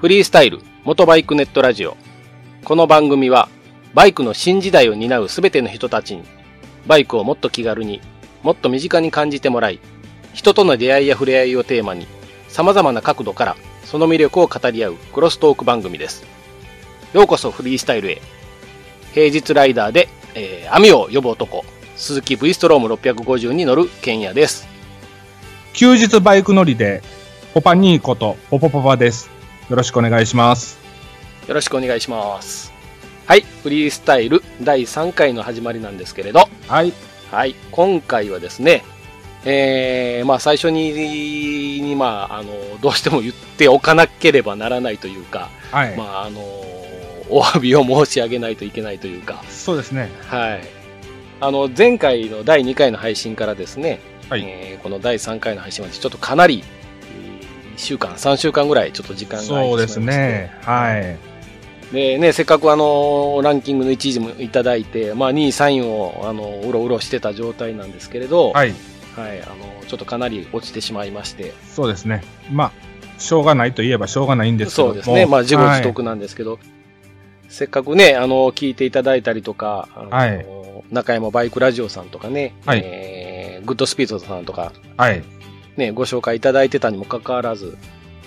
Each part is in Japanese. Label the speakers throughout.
Speaker 1: フリースタイル元バイクネットラジオ。この番組はバイクの新時代を担うすべての人たちにバイクをもっと気軽にもっと身近に感じてもらい人との出会いや触れ合いをテーマに様々な角度からその魅力を語り合うクロストーク番組です。ようこそフリースタイルへ。平日ライダーで、えー網を呼ぶ男、鈴木 V ストローム650に乗る剣也です。
Speaker 2: 休日バイク乗りで、ポパニーことポポパパです。よろしくお願いします。
Speaker 1: よろしくお願いします。はい、フリースタイル第3回の始まりなんですけれど、
Speaker 2: はい。
Speaker 1: はい、今回はですね、えー、まあ最初に、にまあ、あの、どうしても言っておかなければならないというか、
Speaker 2: はい。
Speaker 1: まああの、お詫びを申し上げないといけないというか、
Speaker 2: そうですね。
Speaker 1: はい。あの、前回の第2回の配信からですね、
Speaker 2: はい
Speaker 1: えーこの第3回の配信までちょっとかなり、1週間、3週間ぐらいちょっと時間が空いてし
Speaker 2: そう
Speaker 1: まい
Speaker 2: で
Speaker 1: まし
Speaker 2: す
Speaker 1: て
Speaker 2: ね。はい。
Speaker 1: でね、せっかくあのランキングの1位もいただいて、まあ、2位、3位をあのうろうろしてた状態なんですけれど、はい
Speaker 2: はい。
Speaker 1: あのちょっとかなり落ちてしまいまして、
Speaker 2: そうですね。まあ、しょうがないといえばしょうがないんですけ
Speaker 1: そ
Speaker 2: ども。
Speaker 1: うですね、まあ、自業自
Speaker 2: は
Speaker 1: 得なんですけど、せっかくね、あの聞いていただいたりとか、あの
Speaker 2: はい
Speaker 1: 中山バイクラジオさんとかね、
Speaker 2: はい
Speaker 1: えーグッドスピードさんとか、
Speaker 2: い。はい。
Speaker 1: ね、ご紹介いただいてたにもかかわらず、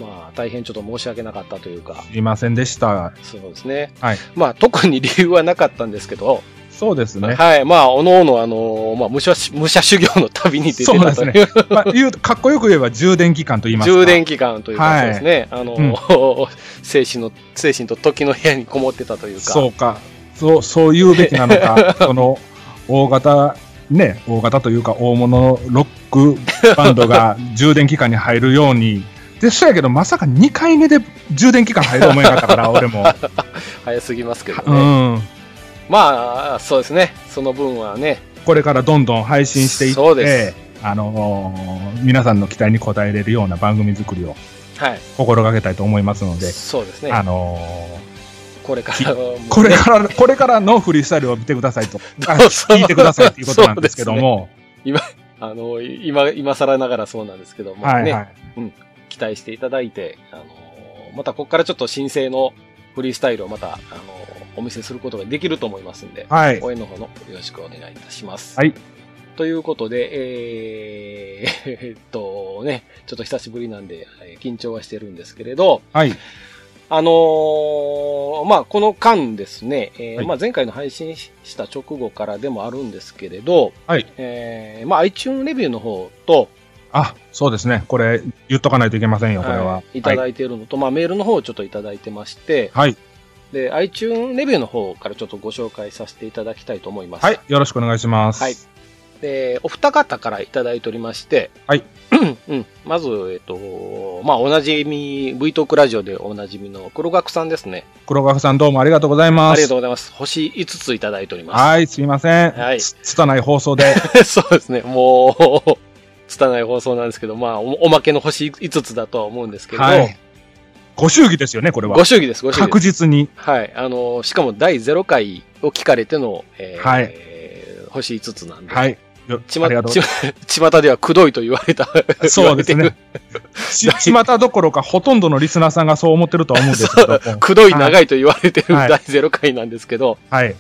Speaker 1: まあ、大変ちょっと申し訳なかったというか、
Speaker 2: すいませんでした。
Speaker 1: そうですね、
Speaker 2: はい
Speaker 1: まあ、特に理由はなかったんですけど、
Speaker 2: そうです ね。
Speaker 1: はい、まあ、おのおの、あのまあ、武者、 武者修行の旅に出てたという
Speaker 2: そうでまあ、言うかっこよく言えば充電期間と言いますか。
Speaker 1: 充電期間というか、
Speaker 2: はい
Speaker 1: そうですね、あの、
Speaker 2: うん
Speaker 1: 精神の、精神と時の部屋にこもってたというか、
Speaker 2: そうか。そう、そう言うべきなの か。その、大型、ね、大型というか大物ロックバン ドが充電期間に入るように。で、そうやけど、まさか2回目で充電期間入る思いなかっ たから、俺も。
Speaker 1: 早すぎますけど
Speaker 2: う
Speaker 1: ね。
Speaker 2: ん。
Speaker 1: まあ、そうですね、その分はね、
Speaker 2: これからどんどん配信していって、
Speaker 1: そうで
Speaker 2: あのー皆さんの期待に応えれるような番組作りを
Speaker 1: はい、
Speaker 2: 心がけたいと思いますので、
Speaker 1: そうですね、
Speaker 2: あのー
Speaker 1: これからもね、
Speaker 2: これ から、これからのフリースタイルを見てくださいと、あ
Speaker 1: どうぞ
Speaker 2: 聞いてくださいということなんですけ ども、
Speaker 1: あの、今、今更ながらそうなんですけども、ね、
Speaker 2: はいはい。
Speaker 1: 期待していただいて、あのまたここからちょっと新生のフリースタイルをまた、あのお見せすることができると思いますんで、
Speaker 2: はい。
Speaker 1: 応援の方のよろしくお願いいたします。
Speaker 2: はい。
Speaker 1: ということで、えー、 えーっとね、ちょっと久しぶりなんで、えー緊張はしてるんですけれど、
Speaker 2: はい。
Speaker 1: あのーまあ、この間ですね、えー
Speaker 2: はい
Speaker 1: まあ、前回の配信しした直後からでもあるんですけれど、
Speaker 2: はい
Speaker 1: えーまあ、iTune レビューの方と、
Speaker 2: あ、そうですね。これ、言っとかないといけませんよ、これは。
Speaker 1: い、いた
Speaker 2: はい
Speaker 1: だいているのと、まあ、メールの方をちょっといただいてまして、
Speaker 2: はい。
Speaker 1: で、iTune レビューの方からちょっとご紹介させていただきたいと思います。
Speaker 2: はい。よろしくお願いします。
Speaker 1: はいで、お二方からいただいておりまして、
Speaker 2: はい。
Speaker 1: うん。まず、えっと、まあ、おなじみ、V トークラジオでおなじみの黒学さんですね。
Speaker 2: 黒川さんどうもありがとうございます。
Speaker 1: ありがとうございます。星5ついただいておりま
Speaker 2: はい、すいません。
Speaker 1: はい
Speaker 2: つ拙い放送で。
Speaker 1: す。そうですね。もう、拙い放送なんですけど、まあ、おおまけの星5つだとは思うん ですけれど、
Speaker 2: はい。ご祝儀ですよね、これは
Speaker 1: ご。祝儀です、ご祝儀で
Speaker 2: 確
Speaker 1: す。
Speaker 2: 実に。
Speaker 1: はい。あの、しかも第0回を聞かれての、えー
Speaker 2: はい
Speaker 1: 星5つなんで。
Speaker 2: はい。よ
Speaker 1: ち
Speaker 2: あ
Speaker 1: ま、
Speaker 2: りがとう
Speaker 1: ちま、巷ではくどいと言われた。
Speaker 2: そうですね。
Speaker 1: 言
Speaker 2: ち
Speaker 1: われてる
Speaker 2: またどころか、ほとんどのリスナーさんがそう思ってるとは思うんで すけども。
Speaker 1: くどい長いと言われてる
Speaker 2: はい
Speaker 1: 第0回なんですけど、
Speaker 2: はい。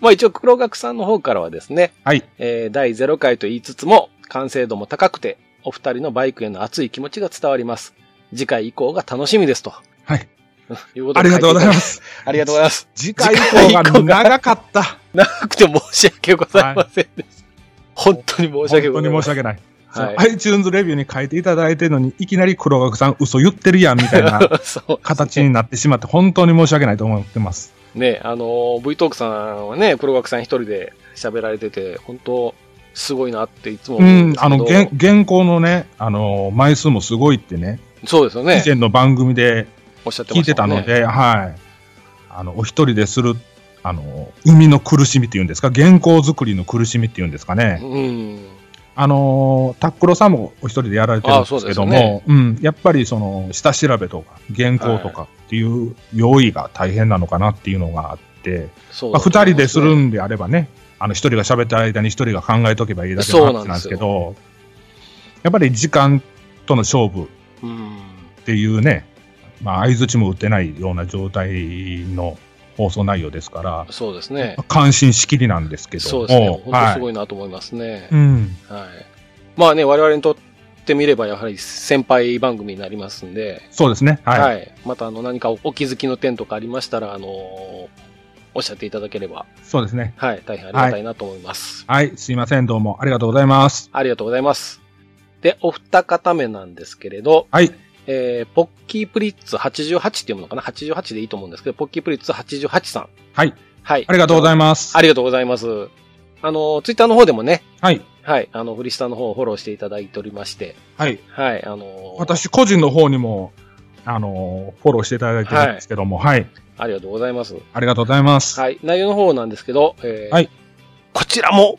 Speaker 1: まあ一応黒学さんの方からはですね、
Speaker 2: はい。
Speaker 1: えー第0回と言いつつも完成度も高くて、お二人のバイクへの熱い気持ちが伝わります。次回以降が楽しみですと。
Speaker 2: はい。
Speaker 1: いうこと
Speaker 2: あ
Speaker 1: で。
Speaker 2: りがとうございますす。
Speaker 1: ありがとうござい ます。
Speaker 2: 次回以降が長かった。
Speaker 1: なくて申し訳ございませんでした。本当に申し訳
Speaker 2: 本
Speaker 1: ご
Speaker 2: 当
Speaker 1: ざい
Speaker 2: に
Speaker 1: ま
Speaker 2: 申
Speaker 1: せ
Speaker 2: し
Speaker 1: ん。
Speaker 2: 訳ない。そ
Speaker 1: は
Speaker 2: の
Speaker 1: い
Speaker 2: iTunes レビューに書いていただいてるのに、いきなり黒学さん嘘言ってるやんみた いな
Speaker 1: そう
Speaker 2: 形になってしまって、本当に申し訳ないと思ってます。
Speaker 1: ね、あのー、V トークさんはね、黒学さん一人で喋られてて、本当すごいなっていつも
Speaker 2: う
Speaker 1: 思うん
Speaker 2: ん
Speaker 1: で、すけ
Speaker 2: あ
Speaker 1: ど。
Speaker 2: の、原原稿のね、あの、枚数もすごいってね、
Speaker 1: そうですよ
Speaker 2: 以
Speaker 1: ね。
Speaker 2: 前の番組で
Speaker 1: おっしゃって
Speaker 2: 聞
Speaker 1: ま
Speaker 2: い
Speaker 1: してた
Speaker 2: た
Speaker 1: もん
Speaker 2: の
Speaker 1: ね。
Speaker 2: で、はい。あの、お一人でする、あの、生みの苦しみっていうんですか、原稿作りの苦しみっていうんですかね。
Speaker 1: うん。
Speaker 2: あのータックロさんもお一人でやられてるんですけども、
Speaker 1: あそう
Speaker 2: うん、やっぱりその下調べとか原稿とかっていう用意が大変なのかなっていうのがあって、
Speaker 1: そう
Speaker 2: まあ、
Speaker 1: だと思いますね。
Speaker 2: 2人でするんであればね、あの1人が喋ってる間に1人が考えとけばいいだけの話なんですけど、やっぱり時間との勝負
Speaker 1: うん。
Speaker 2: っていうね、まあ、相づちも打ってないような状態の放送内容ですから、
Speaker 1: そうですね。
Speaker 2: 感心しきりなんですけども。
Speaker 1: そうですね。本当
Speaker 2: は
Speaker 1: す
Speaker 2: い。
Speaker 1: ごいなと思いますね。
Speaker 2: うん。
Speaker 1: はい。まあね、我々にとってみれば、やはり先輩番組になりますんで、
Speaker 2: そうですね。
Speaker 1: はい。
Speaker 2: はい。
Speaker 1: また、あの、何かお気づきの点とかありましたら、あのーおっしゃっていただければ、
Speaker 2: そうですね。
Speaker 1: はい、大変ありがたいなと思います。
Speaker 2: はい。すいません。どうもありがとうございます。
Speaker 1: ありがとうございます。で、お二方目なんですけれど、
Speaker 2: はい。
Speaker 1: えー、ポッキープリッツ88って読むのかな ?88 でいいと思うんですけど、ポッキープリッツ88さん。
Speaker 2: はい。
Speaker 1: はい。
Speaker 2: ありがとうござい
Speaker 1: ま
Speaker 2: ます。
Speaker 1: ありがとうございます。あの、ツイッターの方でもね、
Speaker 2: はい。
Speaker 1: はい、あの、フリスタの方をフォローしていただいておりまして、
Speaker 2: はい。
Speaker 1: はい、あの、
Speaker 2: 私個人の方にも、あのーフォローしていただいてるんですけども、はい。
Speaker 1: ありがとうございます。
Speaker 2: ありがとうございます。
Speaker 1: はい、内容の方なんですけど、えー
Speaker 2: はい
Speaker 1: こちらも、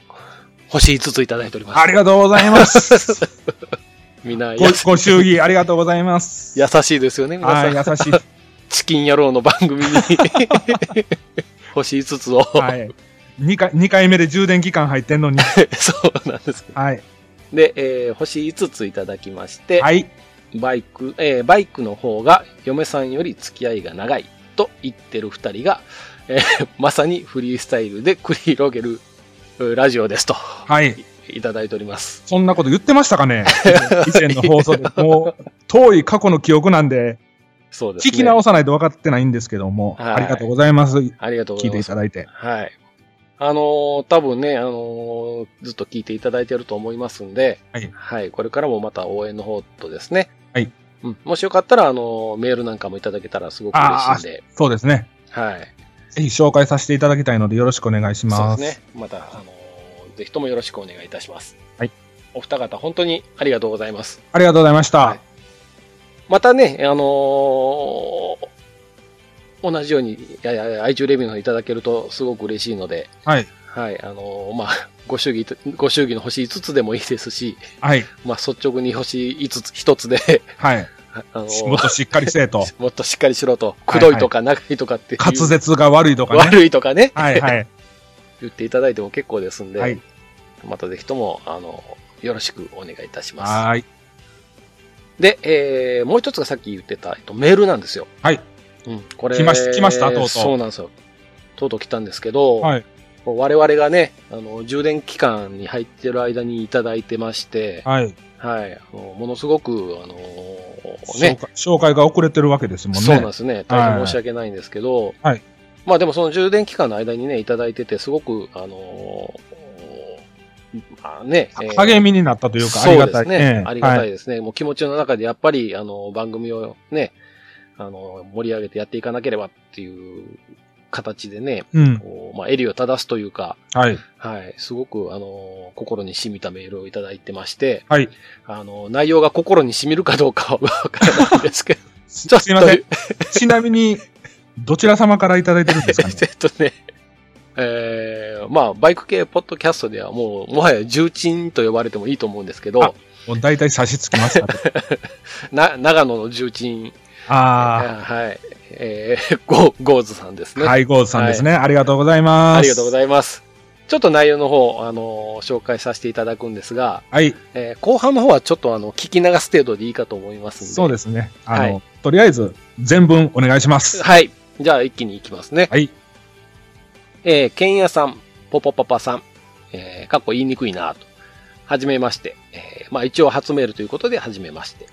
Speaker 1: 星5ついただいております。
Speaker 2: ありがとうございます。
Speaker 1: みんな
Speaker 2: ご
Speaker 1: やす、
Speaker 2: ご祝儀ありがとうございま す。
Speaker 1: 優しいですよね、皆
Speaker 2: は
Speaker 1: さ
Speaker 2: い、
Speaker 1: ん。
Speaker 2: 優しい。
Speaker 1: チキン野郎の番 組に、星5つを、
Speaker 2: はい。2回、二回目で充電期間入ってんのに。
Speaker 1: そうなんです。
Speaker 2: はい。
Speaker 1: で、えー星5ついただきまして、
Speaker 2: はい。
Speaker 1: バイク、えーバイクの方が嫁さんより付き合いが長いと言ってる二人が、えーまさにフリースタイルで繰り広げるえーラジオですと
Speaker 2: はい。
Speaker 1: いいただいております。
Speaker 2: そんなこと言ってました かね以前の放送で。もう、遠い過去の記憶なんで、
Speaker 1: そうですね。
Speaker 2: 聞き直さないと分かってないんですけども、
Speaker 1: はい
Speaker 2: ありがとうございます。聞
Speaker 1: ありがとうござ
Speaker 2: い
Speaker 1: い
Speaker 2: て
Speaker 1: ま
Speaker 2: い
Speaker 1: す
Speaker 2: た。だいて。
Speaker 1: はい。あのー多分ね、あのーずっと聞いていただいてると思いますんで、
Speaker 2: はい
Speaker 1: これからもまた応援の方とですね。
Speaker 2: はい
Speaker 1: うん、もしよかったら、あのーメールなんかもいただけたらすごく嬉しいんで、
Speaker 2: そうですね。
Speaker 1: はい。
Speaker 2: ぜひ紹介させていただきたいので、よろしくお願いし
Speaker 1: そう
Speaker 2: ま
Speaker 1: です
Speaker 2: す。
Speaker 1: ね。また、あのーぜひともよろしくお願いいたします。
Speaker 2: はい。
Speaker 1: お二方、本当にありがとうございます。
Speaker 2: ありがとうございました。
Speaker 1: はいまたね、あのー同じように、いやいや、iTunes レビューの方いただけるとすごく嬉しいので、
Speaker 2: はい。
Speaker 1: はい、あのーまあ、ご祝儀と、ご祝儀の星5つでもいいですし、
Speaker 2: はい。
Speaker 1: まあ、率直に星5つ、1つで、
Speaker 2: はい。
Speaker 1: あのー
Speaker 2: もっとしっかりせ えと。
Speaker 1: もっとしっかりしろと、
Speaker 2: は
Speaker 1: く
Speaker 2: い
Speaker 1: どいとか長いとかっていう
Speaker 2: 滑舌が悪いとかね。
Speaker 1: 悪いとかね、
Speaker 2: はいはい。
Speaker 1: 言っていただいても結構ですんで、
Speaker 2: はい。
Speaker 1: またぜひとも、あのーよろしくお願いいたします。
Speaker 2: はーい。
Speaker 1: で、えーもう一つがさっき言ってた、えっと、メールなんですよ。
Speaker 2: はい。
Speaker 1: うん、これ。
Speaker 2: 来まし来ましたとうとう
Speaker 1: そうなんですよ。とうとう来たんですけど、
Speaker 2: はい。
Speaker 1: もう我々がね、あの、充電期間に入ってる間にいただいてまして、
Speaker 2: はい。
Speaker 1: はい。あのものすごく、あのー
Speaker 2: 紹
Speaker 1: ね、
Speaker 2: 介紹介が遅れてるわけですもんね。
Speaker 1: そうなんですね。大変申し訳ないんですけど、
Speaker 2: はい
Speaker 1: まあでもその充電期間の間にね、いただいてて、すごく、あのーまあね、えー
Speaker 2: 励みになったというか、あ
Speaker 1: そ
Speaker 2: り
Speaker 1: う
Speaker 2: が
Speaker 1: で
Speaker 2: た
Speaker 1: す
Speaker 2: い。
Speaker 1: ね。
Speaker 2: ええ
Speaker 1: ありがた
Speaker 2: はい
Speaker 1: ですね。もう気持ちの中でやっぱり、あの、番組をね、あの、盛り上げてやっていかなければっていう形でね、
Speaker 2: うん。
Speaker 1: こうまあ、襟を正すというか、
Speaker 2: はい。
Speaker 1: はい、すごく、あの、心に染みたメールをいただいてまして、
Speaker 2: はい。
Speaker 1: あの、内容が心に染みるかどうかはわからないんですけど、
Speaker 2: す
Speaker 1: ちょっと
Speaker 2: すいません。ちなみに、どちら様からいただいてるんですかね
Speaker 1: えっとね、えー、まあ、バイク系ポッドキャストではもう、もはや重鎮と呼ばれてもいいと思うんですけど
Speaker 2: あ、もう大体差し付きましたね。
Speaker 1: な、長野の重鎮、
Speaker 2: あ
Speaker 1: あはい。えー、 ゴー、ゴーズさんです
Speaker 2: あ、
Speaker 1: ね。
Speaker 2: はい、ゴーズさんですね。ありがとうございます。
Speaker 1: ありがとうご
Speaker 2: い
Speaker 1: ざいます。ちょっと内容の方、あのー紹介させていただくんですが、
Speaker 2: ます。はい、
Speaker 1: えー後半の方はちょっとあの、聞き流す程度でいいかと思いますんで。
Speaker 2: そう
Speaker 1: で
Speaker 2: ですね。あの、
Speaker 1: はい
Speaker 2: とりあえず、全文お願いし ます。
Speaker 1: はい。じゃあ一気に行きますね。
Speaker 2: はい。
Speaker 1: えー、ケンヤさん、ポポパパさん、えー、かっこ言いにくいなと。はじめまして。えー、まあ一応初メールということではじめまして。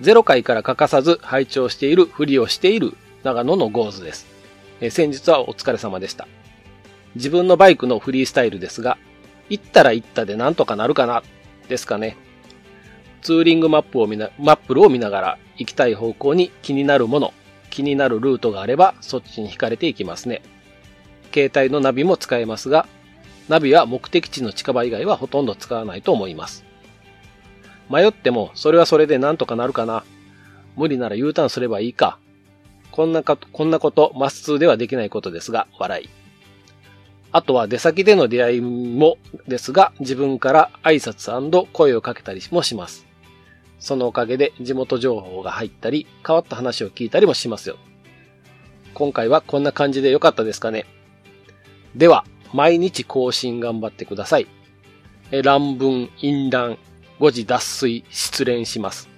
Speaker 1: ゼロ回から欠かさず拝聴している、ふりをしている長野のゴーズです。えー先日はお疲れ様でした。自分のバイクのフリースタイルですが、行ったら行ったでなんとかなるかな、ですかね。ツーリングマップを見な、マップルを見ながら行きたい方向に気になるもの、気になるルートがあればそっちに惹かれていきますね。携帯のナビも使えますが、ナビは目的地の近場以外はほとんど使わないと思います。迷っても、それはそれでなんとかなるかな。無理なら U ターンすればいいか。こんなか、こんなこと、マス通ではできないことですが、笑い。あとは出先での出会いもですが、自分から挨拶声をかけたりもします。そのおかげで地元情報が入ったり、変わった話を聞いたりもしますよ。今回はこんな感じで良かったですかね。では、毎日更新頑張ってください。え乱文、淫乱、誤字脱水、失恋します。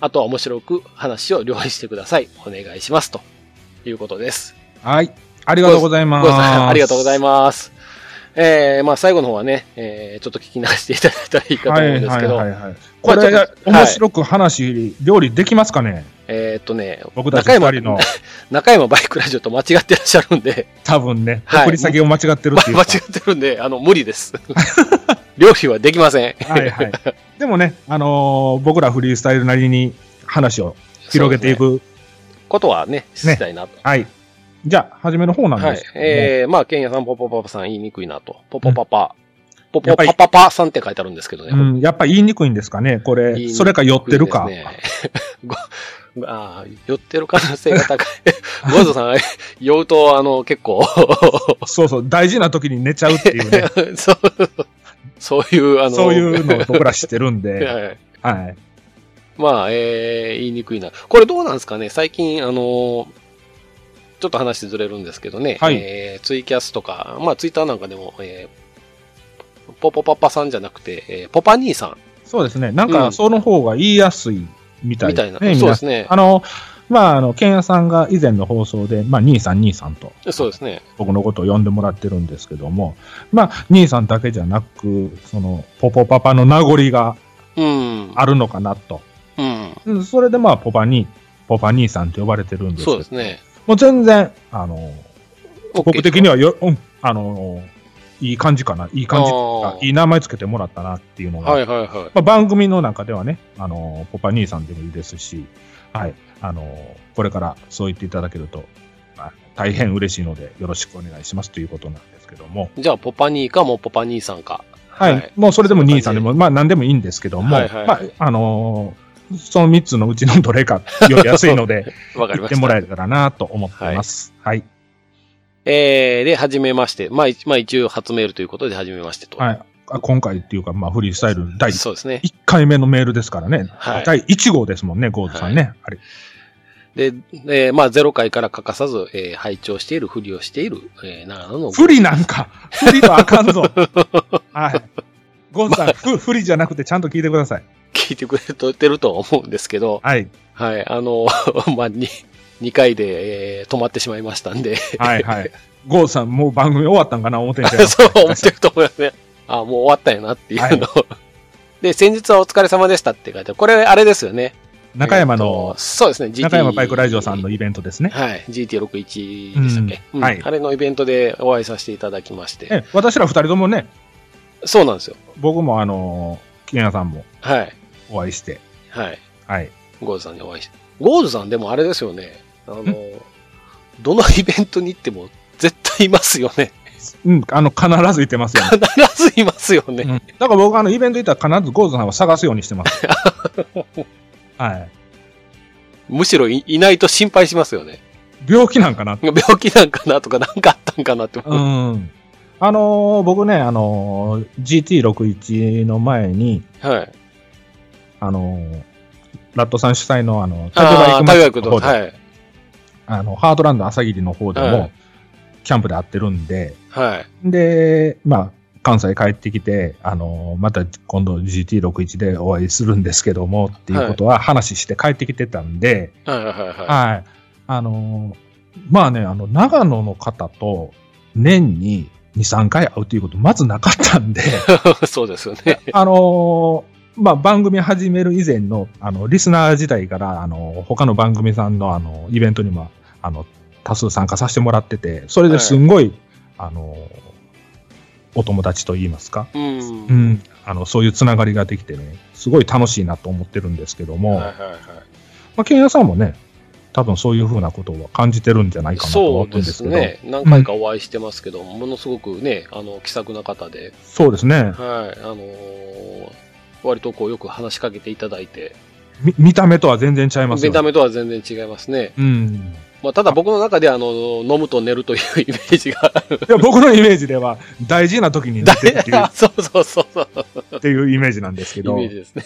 Speaker 1: あとは面白く話を料理してください。お願いします。ということです。
Speaker 2: はい。ありがとうございます。
Speaker 1: ごめんなさいありがとうございます。えー、まあ最後の方はね、えー、ちょっと聞き流していただいたらいいかと思うんですけど、
Speaker 2: はいはいはいはい、これ
Speaker 1: まあ
Speaker 2: が
Speaker 1: ちょっと
Speaker 2: 面白く話、料理できますかね
Speaker 1: えーっとね、
Speaker 2: 僕たち二 人の
Speaker 1: 中山バイクラジオと間違ってらっしゃるんで、
Speaker 2: 多分ね、
Speaker 1: はい
Speaker 2: 送り先を間違ってるっていう
Speaker 1: 間違
Speaker 2: か。
Speaker 1: ってるんで、あの、無理です。 料理はできません。
Speaker 2: はいはい。でもね、あのー僕らフリースタイルなりに話を広げてい
Speaker 1: そうで
Speaker 2: く。
Speaker 1: すねことはね、したいなと。
Speaker 2: はい。じゃあ、初めの方なん
Speaker 1: は
Speaker 2: で
Speaker 1: い
Speaker 2: す。けども、
Speaker 1: えー、まあ、ケンヤさん、ポポパパさん言いにくいなと。ポポパパ、ポ
Speaker 2: や
Speaker 1: ポ
Speaker 2: っぱり
Speaker 1: パパパさんって書いてあるんですけどね。
Speaker 2: うん、やっぱ言いにくいんですかね、こ
Speaker 1: 言いに
Speaker 2: れ。
Speaker 1: くい
Speaker 2: それか寄ってるか。
Speaker 1: ですね ごあー寄ってる可能性が高い。 ゴーゾさん、 酔うと、あの、結構
Speaker 2: そうそう、大事な時に寝ちゃうっていうね。
Speaker 1: そう、そういう、あの、
Speaker 2: そういうのを僕ら知ってるんで。
Speaker 1: はい
Speaker 2: はい。
Speaker 1: まあ、えー、言いにくいな。これどうなんですかね最近、あのーちょっと話ずれるんですけどね、
Speaker 2: はい
Speaker 1: えーツイキャスとか、まあ、ツイッターなんかでも、えーポポパパさんじゃなくて、えーポパ兄さ
Speaker 2: そうですね。なん
Speaker 1: う
Speaker 2: か、
Speaker 1: ん
Speaker 2: その方が言いやすいみ
Speaker 1: ん
Speaker 2: たい
Speaker 1: みた
Speaker 2: で
Speaker 1: いな。
Speaker 2: すね。
Speaker 1: そう
Speaker 2: 皆
Speaker 1: で
Speaker 2: さん
Speaker 1: すね。
Speaker 2: あの、まあ、あの、ケンヤさんが以前の放送で、まあ、兄さん、兄さんと、
Speaker 1: そうですね。
Speaker 2: 僕のことを呼んでもらってるんですけども、まあ、兄さんだけじゃなく、その、ポポパパの名残が
Speaker 1: うん。
Speaker 2: あるのかなと。
Speaker 1: うん。
Speaker 2: うんそれで、まあ、ポパに、ポパ兄さんと呼ばれてるんですけ
Speaker 1: そう
Speaker 2: ど
Speaker 1: ですね。
Speaker 2: もう全然、あの、僕的に
Speaker 1: は。
Speaker 2: はよ、うん、あの、いい感じかな、いい感じ
Speaker 1: あ
Speaker 2: か
Speaker 1: ー、
Speaker 2: いい名前つけてもらったなっていうのが、
Speaker 1: はいはいはい。
Speaker 2: まあ、番組の中ではね、あの、ポパ兄さんでもいいですし、はい、あの、これからそう言っていただけると、まあ大変嬉しいので、よろしくお願いしますということなんですけども、
Speaker 1: じゃあ、ポパ兄かもうポパ兄さんか。
Speaker 2: はい、
Speaker 1: はい
Speaker 2: もうそれでも兄さんでも、まあ、何でもいいんですけども、
Speaker 1: はいはい
Speaker 2: ま
Speaker 1: はい
Speaker 2: あ、あのーその3つのうちのどれ かより安いので、
Speaker 1: わかり
Speaker 2: 言っ
Speaker 1: ま
Speaker 2: て
Speaker 1: し
Speaker 2: も
Speaker 1: た。
Speaker 2: らえたらなと思ってます。はい。
Speaker 1: えー、で、はじめまして。まあ、一まあ、一応初メールということで、はじめましてと。
Speaker 2: はい。あ今回っていうか、まあ、フリースタイル第1
Speaker 1: そうですね。
Speaker 2: 回目のメールですからね。
Speaker 1: はい
Speaker 2: 第1号ですもんね、ゴードさんね。あれ
Speaker 1: で、えーまあ、ゼロ回から欠かさず、えー拝聴している、ふりをしている、えー長野の。
Speaker 2: 不利なんか、不利はあかんぞ。 はい。ゴンさん、ふ不利じゃなくてちゃんと聞いてください。
Speaker 1: 聞いてくれてると思うんですけど、
Speaker 2: はい。
Speaker 1: はい、あの、 まあ、に2回で、えー止まってしまいましたん で、
Speaker 2: はいはい。 ゴーさん、もう番組終わったんかな、思ってんじゃん
Speaker 1: そう思ってると思いますね。あ、もう終わったんやなっていうのを。 で、先日はお疲れ様でしたって書いてあるこれ、あれですよね。
Speaker 2: 中山
Speaker 1: えー
Speaker 2: の
Speaker 1: と、そうですね、GT
Speaker 2: 中山バイクラジオさんのイベントですね。
Speaker 1: はい、GT61 でしたっけ、
Speaker 2: う
Speaker 1: う
Speaker 2: ん
Speaker 1: ん
Speaker 2: はい
Speaker 1: あれのイベントでお会いさせていただきまして。
Speaker 2: え私ら二人ともね、
Speaker 1: そうなんですよ。
Speaker 2: 僕もあの、金谷さんも
Speaker 1: はい。
Speaker 2: お会いして、
Speaker 1: はい。
Speaker 2: はい。
Speaker 1: ゴーズさんにお会いして。ゴーズさんでもあれですよね。あの、どのイベントに行っても絶対いますよね。
Speaker 2: うん、あの、必ず行ってますよ、ね。
Speaker 1: 必ずいますよ ね。
Speaker 2: うん、だから僕、あの、イベント行ったら必ずゴーズさんを探すようにし てます。はい。
Speaker 1: むしろいいないと心配しますよね。
Speaker 2: 病気なんかな
Speaker 1: 病気なんかなとか何かあったんかなって思
Speaker 2: う
Speaker 1: う。
Speaker 2: ん。あのー僕ね、あのー GT61 の前に、
Speaker 1: はい。
Speaker 2: あのーラットさん主催の、あの、
Speaker 1: ああ、
Speaker 2: マ
Speaker 1: 大
Speaker 2: ッチ
Speaker 1: 学
Speaker 2: の
Speaker 1: と、
Speaker 2: 方で、
Speaker 1: はい。
Speaker 2: あの、ハートランド朝霧の方でも、
Speaker 1: はい
Speaker 2: キャンプで会ってるんで、
Speaker 1: はい。
Speaker 2: で、まあ、関西帰ってきて、あのーまた今度 GT61 でお会いするんですけども、っていうことは話して帰ってきてたんで、
Speaker 1: はいはいはいは
Speaker 2: はい。あのーまあね、あの、長野の方と年に2、3回会うということ、まずなかったん で、
Speaker 1: い。 そうですよね。
Speaker 2: あのーまあ、番組始める以前の、あの、リスナー時代から、あのー他の番組さんの、あの、イベントにも、あの、多数参加させてもらってて、それですんごい、あのーお友達と言いますか、
Speaker 1: う。
Speaker 2: うんん、あの、そういうつながりができてね、すごい楽しいなと思ってるんですけど
Speaker 1: は
Speaker 2: も、
Speaker 1: いはいはい。
Speaker 2: まあ、ケンヤさんもね、多分そういうふうなことを感じてるんじゃないかなと
Speaker 1: そ
Speaker 2: 思
Speaker 1: う
Speaker 2: うんで
Speaker 1: ですす
Speaker 2: けど、そうですね。
Speaker 1: ね。何回かお会いしてますけど、ものすごくね、あの、気さくな方で、はい、あのー割とこうよく話しかけていただいて、
Speaker 2: み見た目とは全然ちゃいますよ
Speaker 1: 見た目とは全然違いますね。
Speaker 2: うん。
Speaker 1: まあ、ただ僕の中であの、飲むと寝るというイメージが、
Speaker 2: いや、僕のイメージでは、大事な時に出てるっていう
Speaker 1: そうそうそうそう、
Speaker 2: っていうイメージなんですけ
Speaker 1: イ
Speaker 2: ど。
Speaker 1: メージですね。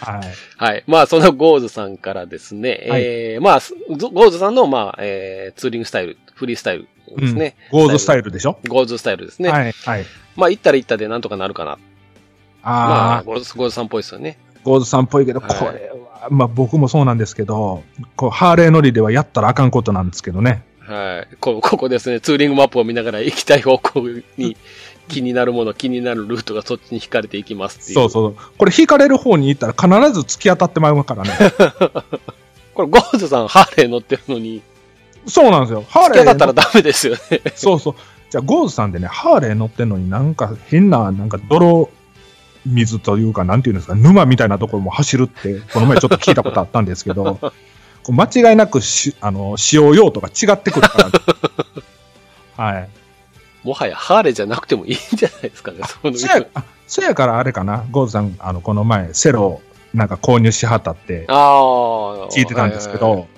Speaker 2: はい。
Speaker 1: はい。まあ、そのゴーズさんからですね、
Speaker 2: はい
Speaker 1: えー、まあ、すゴーズさんの、まあ、えー、ツーリングスタイル、フリースタイルですね。
Speaker 2: ゴーズスタイルでしょ、
Speaker 1: ゴーズスタイルですね。
Speaker 2: はい。はい。
Speaker 1: まあ、行ったら行ったでなんとかなるかな。まあ、
Speaker 2: ああ、
Speaker 1: ゴーズゴーズさんっぽいですよね。
Speaker 2: ゴーズさんっぽいけど、
Speaker 1: はい
Speaker 2: これはまあ僕もそうなんですけど、こう、ハーレー乗りではやったらあかんことなんですけどね。
Speaker 1: はい。こここですね、ツーリングマップを見ながら行きたい方向に気になるもの、気になるルートがそっちに引かれていきますっていう。
Speaker 2: そうそう。これ引かれる方に行ったら必ず突き当たってまいますからね。
Speaker 1: これ、ゴーズさん、ハーレー乗ってるのに、
Speaker 2: そうなんですよ。ハー
Speaker 1: 付き
Speaker 2: レ
Speaker 1: 合いだ
Speaker 2: ー
Speaker 1: ったらダメですよね。
Speaker 2: そうそう。じゃあ、ゴーズさんでね、ハーレー乗ってんのになんか変な、なんか泥水というか、なんていうんですか、沼みたいなところも走るって、この前ちょっと聞いたことあったんです けど、こう間違いなくしあの使用用途が違ってくるから。はい。
Speaker 1: もはやハーレーじゃなくてもいいんじゃないですかね、その
Speaker 2: そや、あそやからあれかな、ゴーズさん、あの、この前、セロなんか購入しはったって
Speaker 1: ああ。
Speaker 2: 聞いてたんですけ
Speaker 1: はいはいは
Speaker 2: ど、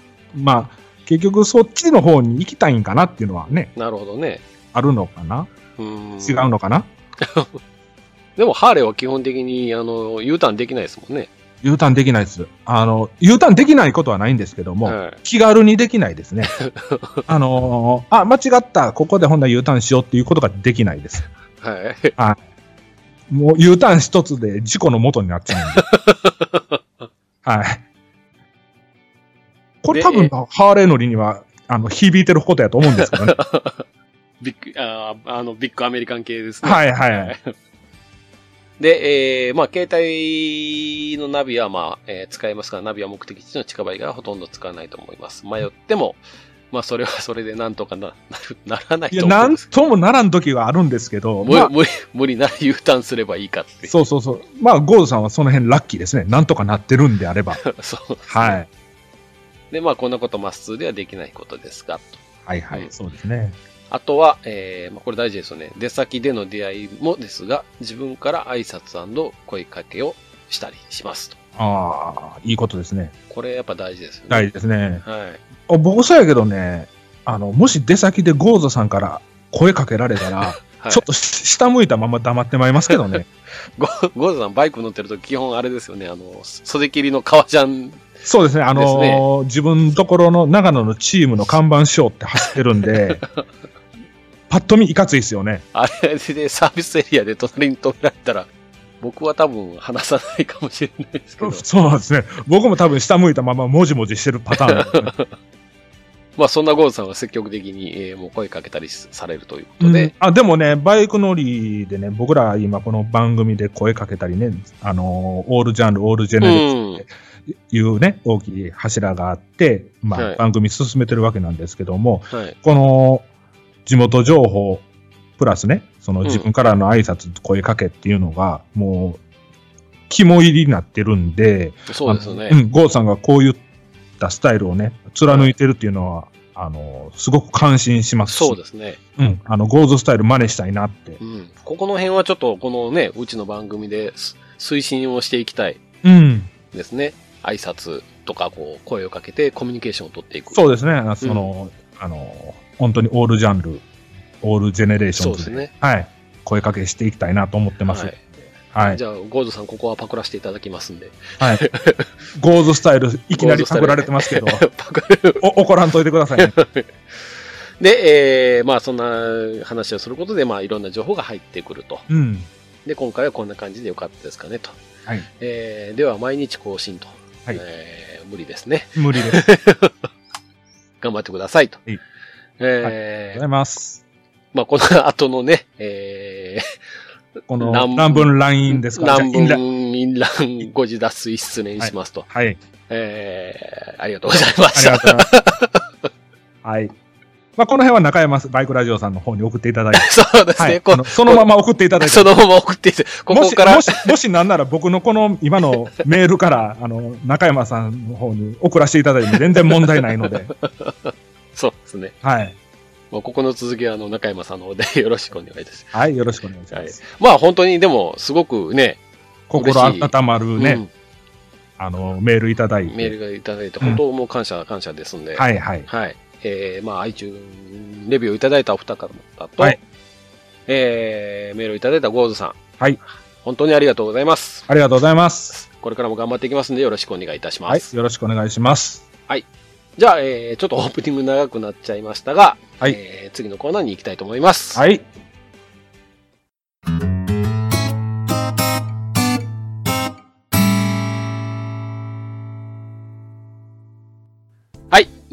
Speaker 2: まあ、結局そっちの方に行きたいんかなっていうのはね、
Speaker 1: い。なるほどね。
Speaker 2: あるのかな
Speaker 1: うん。
Speaker 2: 違うのかな
Speaker 1: でも、ハーレーは基本的に、あの、U ターンできないですもんね。
Speaker 2: U ターンできないです。あの、U ターンできないことはないんですけども、
Speaker 1: はい。
Speaker 2: 気軽にできないですね。 あのーあ、間違った、ここでほんなら U ターンしようっていうことができないです。
Speaker 1: はい。
Speaker 2: もう U ターン一つで事故の元になっちゃうんで。 はい。これ多分、
Speaker 1: で
Speaker 2: ハーレー乗りには、あの、響いてることやと思うんです けどね。
Speaker 1: ビッグ、あーあの、ビッグアメリカン系ですね。
Speaker 2: はいはい。
Speaker 1: で、えー、まあ、携帯のナビは、まあ、えー使えますから、ナビは目的地の近場以外はほとんど使わないと思います。迷っても、まあ、それはそれでなんとかな、なるならない
Speaker 2: いや、
Speaker 1: と思
Speaker 2: な
Speaker 1: うん
Speaker 2: ん
Speaker 1: です。
Speaker 2: ともならん時があるんですけど、
Speaker 1: 無
Speaker 2: まあ
Speaker 1: 理、無理、無理なら U ターンすればいいかって。
Speaker 2: そうそうそう。まあ、ゴールさんはその辺ラッキーですね。なんとかなってるんであ れば。
Speaker 1: そう。
Speaker 2: はい。
Speaker 1: で、まあ、こんなこと、まあ、普通ではできないことですが、と
Speaker 2: はいは
Speaker 1: う
Speaker 2: い。
Speaker 1: ん
Speaker 2: そうですね。
Speaker 1: あとは、えーまあ、これ大事ですよね。出先での出会いもですが、自分から挨拶声かけをしたりしますと。
Speaker 2: ああ、いいことですね。
Speaker 1: これやっぱ大事ですよね。
Speaker 2: 大事ですね。
Speaker 1: はい。
Speaker 2: あ僕そうやけどね、あの、もし出先でゴーゾさんから声かけられたら、
Speaker 1: はい
Speaker 2: ちょっとし下向いたまま黙ってまいりますけ どね。
Speaker 1: ゴゴーズさん、バイク乗ってると基本あれですよね、あの、袖切りの革ジャン、
Speaker 2: そうですね、あの
Speaker 1: ですね
Speaker 2: 自分のところの長野のチームの看板賞って走ってる んで、パッと見いかついですよね。
Speaker 1: あれでサービスエリアで隣に止められたら、僕は多分話さないかもしれないですけど、
Speaker 2: そうなんですね。僕も多分下向いたままもじもじしてるパターン、
Speaker 1: まあそんなゴーズさんは積極的に、えーもう声かけたりされるという こと
Speaker 2: うん
Speaker 1: で、
Speaker 2: あ、でもね、バイク乗りでね、僕ら今この番組で声かけたりね、あのオールジャンル、オールジェネレーション
Speaker 1: うん。
Speaker 2: いうね、大きい柱があって、まあ、
Speaker 1: はい
Speaker 2: 番組進めてるわけなんですけども、
Speaker 1: はい。
Speaker 2: この地元情報、プラスね、その
Speaker 1: うん
Speaker 2: 自分からの挨拶、声かけっていうのが、もう、肝入りになってるんで、
Speaker 1: そうですよね
Speaker 2: あ。のうん、ゴーさんがこういったスタイルをね、貫いてるっていうのは、あの、すごく感心しますし
Speaker 1: そうですね。
Speaker 2: うん、あの、ゴーズスタイル真似したいなって
Speaker 1: う。ん。ここの辺はちょっと、このね、うちの番組です推進をしていきたい
Speaker 2: うん、
Speaker 1: ですね。挨拶とか、こう、声をかけてコミュニケーションを取っていく。
Speaker 2: そうですね、あのその、あの、本当にオールジャンル、オールジェネレーションズ
Speaker 1: そうですね
Speaker 2: はい、声かけしていきたいなと思ってます。
Speaker 1: は
Speaker 2: はい
Speaker 1: い。。
Speaker 2: はい
Speaker 1: じゃあ、ゴーズさん、ここはパクらせていただきますんで。
Speaker 2: ゴーズスタ イル、いきなりパクられてますけど、
Speaker 1: パクる。
Speaker 2: お怒らんといてくださいね。
Speaker 1: で、えー、まあ、そんな話をすることで、まあ、いろんな情報が入ってくると。
Speaker 2: うん。
Speaker 1: で、今回はこんな感じでよかったですかね、と。
Speaker 2: はい。
Speaker 1: えー、では、毎日更新と。
Speaker 2: はい
Speaker 1: えー無理ですね。
Speaker 2: 無理です。ありがとう
Speaker 1: 頑張ってください、と。
Speaker 2: はい
Speaker 1: え
Speaker 2: ご
Speaker 1: ー
Speaker 2: ざいます。
Speaker 1: まあ、この後のね、えー、
Speaker 2: この
Speaker 1: 南
Speaker 2: 乱文乱飲ですから、
Speaker 1: 南
Speaker 2: じゃあインラ
Speaker 1: 文インラン誤字脱水失念しますと。
Speaker 2: はい。
Speaker 1: えー、ありがとうございま
Speaker 2: あ
Speaker 1: し
Speaker 2: り
Speaker 1: た。
Speaker 2: がと うございます。はい。まあ、この辺は中山バイクラジオさんの方に送ってい ただいて、
Speaker 1: そうです
Speaker 2: は
Speaker 1: ね。
Speaker 2: い、
Speaker 1: こ
Speaker 2: あのそのまま送っていただいて
Speaker 1: そ、のまま送っていて、ここから
Speaker 2: も、し、もし、もしなんなら僕のこの今のメールから、あの、中山さんの方に送らせていただいても全然問題ないの で、
Speaker 1: そうですね。
Speaker 2: はい。
Speaker 1: まあ、ここの続きは、あの、中山さんの方でよろしくお願いです。
Speaker 2: はい、よろしくお願いします。
Speaker 1: まあ、本当に、でも、すごくね、
Speaker 2: 心温まるね、
Speaker 1: うん
Speaker 2: あの、メールいただいて。
Speaker 1: メールがいただいて、本当もう感謝、感謝ですんで、
Speaker 2: はい、はい。
Speaker 1: はい。えー、まあ、iTune レビューをいただいたお二方と、
Speaker 2: はい
Speaker 1: えー、メールをいただいたゴーズさん。
Speaker 2: はい。
Speaker 1: 本当にありがとうございます。
Speaker 2: ありがとうございます。
Speaker 1: これからも頑張っていきますんで、よろしくお願いいたしま
Speaker 2: はい
Speaker 1: す。、
Speaker 2: よろしくお願いします。
Speaker 1: じゃあ、えー、ちょっとオープニング長くなっちゃいましたが、
Speaker 2: はい
Speaker 1: えー次のコーナーに行きたいと思います。
Speaker 2: はい。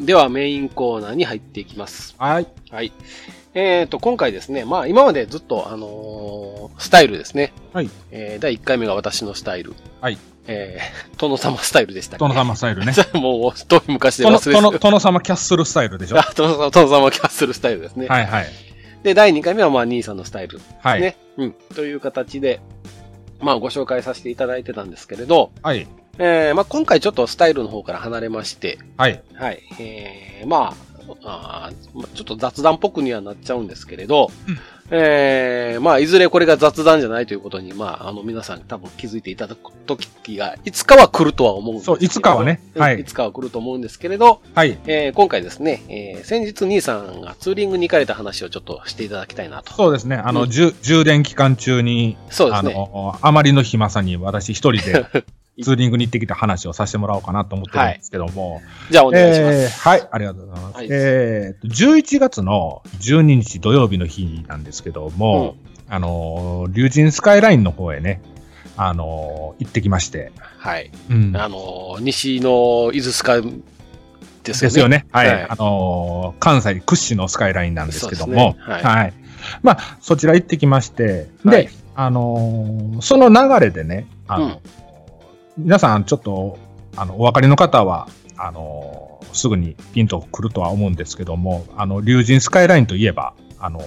Speaker 1: ではメインコーナーに入っていきます。
Speaker 2: はい。
Speaker 1: はい。えっ、と、今回ですね、まあ今までずっと、あのースタイルですね。
Speaker 2: はい。
Speaker 1: えー第1回目が私のスタイル。
Speaker 2: はい。
Speaker 1: えー、殿様スタイルでしたっけ
Speaker 2: 殿。様スタイルね。
Speaker 1: もう、遠い昔で忘
Speaker 2: 殿
Speaker 1: れてた。
Speaker 2: 殿殿様キャッスルスタイルでしょ。は
Speaker 1: あ 殿様、殿様キャッスルスタイルですね。
Speaker 2: いはい。
Speaker 1: で、第2回目はまあ兄さんのスタイル。
Speaker 2: はい。
Speaker 1: ね。うん。という形で、まあご紹介させていただいてたんですけれど、
Speaker 2: はい。
Speaker 1: えー、まあ今回ちょっとスタイルの方から離れまして、
Speaker 2: はい。
Speaker 1: はい。えー、まあ、あーまあちょっと雑談っぽくにはなっちゃうんですけれど、
Speaker 2: うん
Speaker 1: えー、まあいずれこれが雑談じゃないということに、まああの皆さん多分気づいていただく時が、いつかは来るとは思うんですけ
Speaker 2: そ
Speaker 1: ど
Speaker 2: う、いつかはね。
Speaker 1: うん
Speaker 2: はいい。
Speaker 1: つかは来ると思うんですけれど、
Speaker 2: はい。
Speaker 1: えー今回ですね、えー先日兄さんがツーリングに行かれた話をちょっとしていただきたいなと。
Speaker 2: そうですね。あ
Speaker 1: う
Speaker 2: の、
Speaker 1: ん
Speaker 2: じゅ充電期間中に、
Speaker 1: そうで
Speaker 2: あ
Speaker 1: すね。
Speaker 2: の、あまりの暇さに私一人 でツーリングに行ってきた話をさせてもらおうかなと思ってるんですけども。
Speaker 1: じゃあお願いします。
Speaker 2: えーはい、ありがとうございます。
Speaker 1: はい
Speaker 2: えーと、11月の12日土曜日の日なんですけども、あの、竜神スカイラインの方へね、あの、行ってきまして。
Speaker 1: はい。
Speaker 2: うん
Speaker 1: あのー、西の伊豆スカですよね。
Speaker 2: ですよね。はい。
Speaker 1: はい
Speaker 2: あのー関西屈指のスカイラインなんですけど
Speaker 1: そう
Speaker 2: も、
Speaker 1: ですねはい
Speaker 2: はい。まあ、そちら行ってきまして、で、
Speaker 1: はい
Speaker 2: あのーその流れでね、あの
Speaker 1: うん
Speaker 2: 皆さんちょっと、あの、お分かりの方は、あのーすぐにピンとくるとは思うんですけども、あの、竜神スカイラインといえば、あの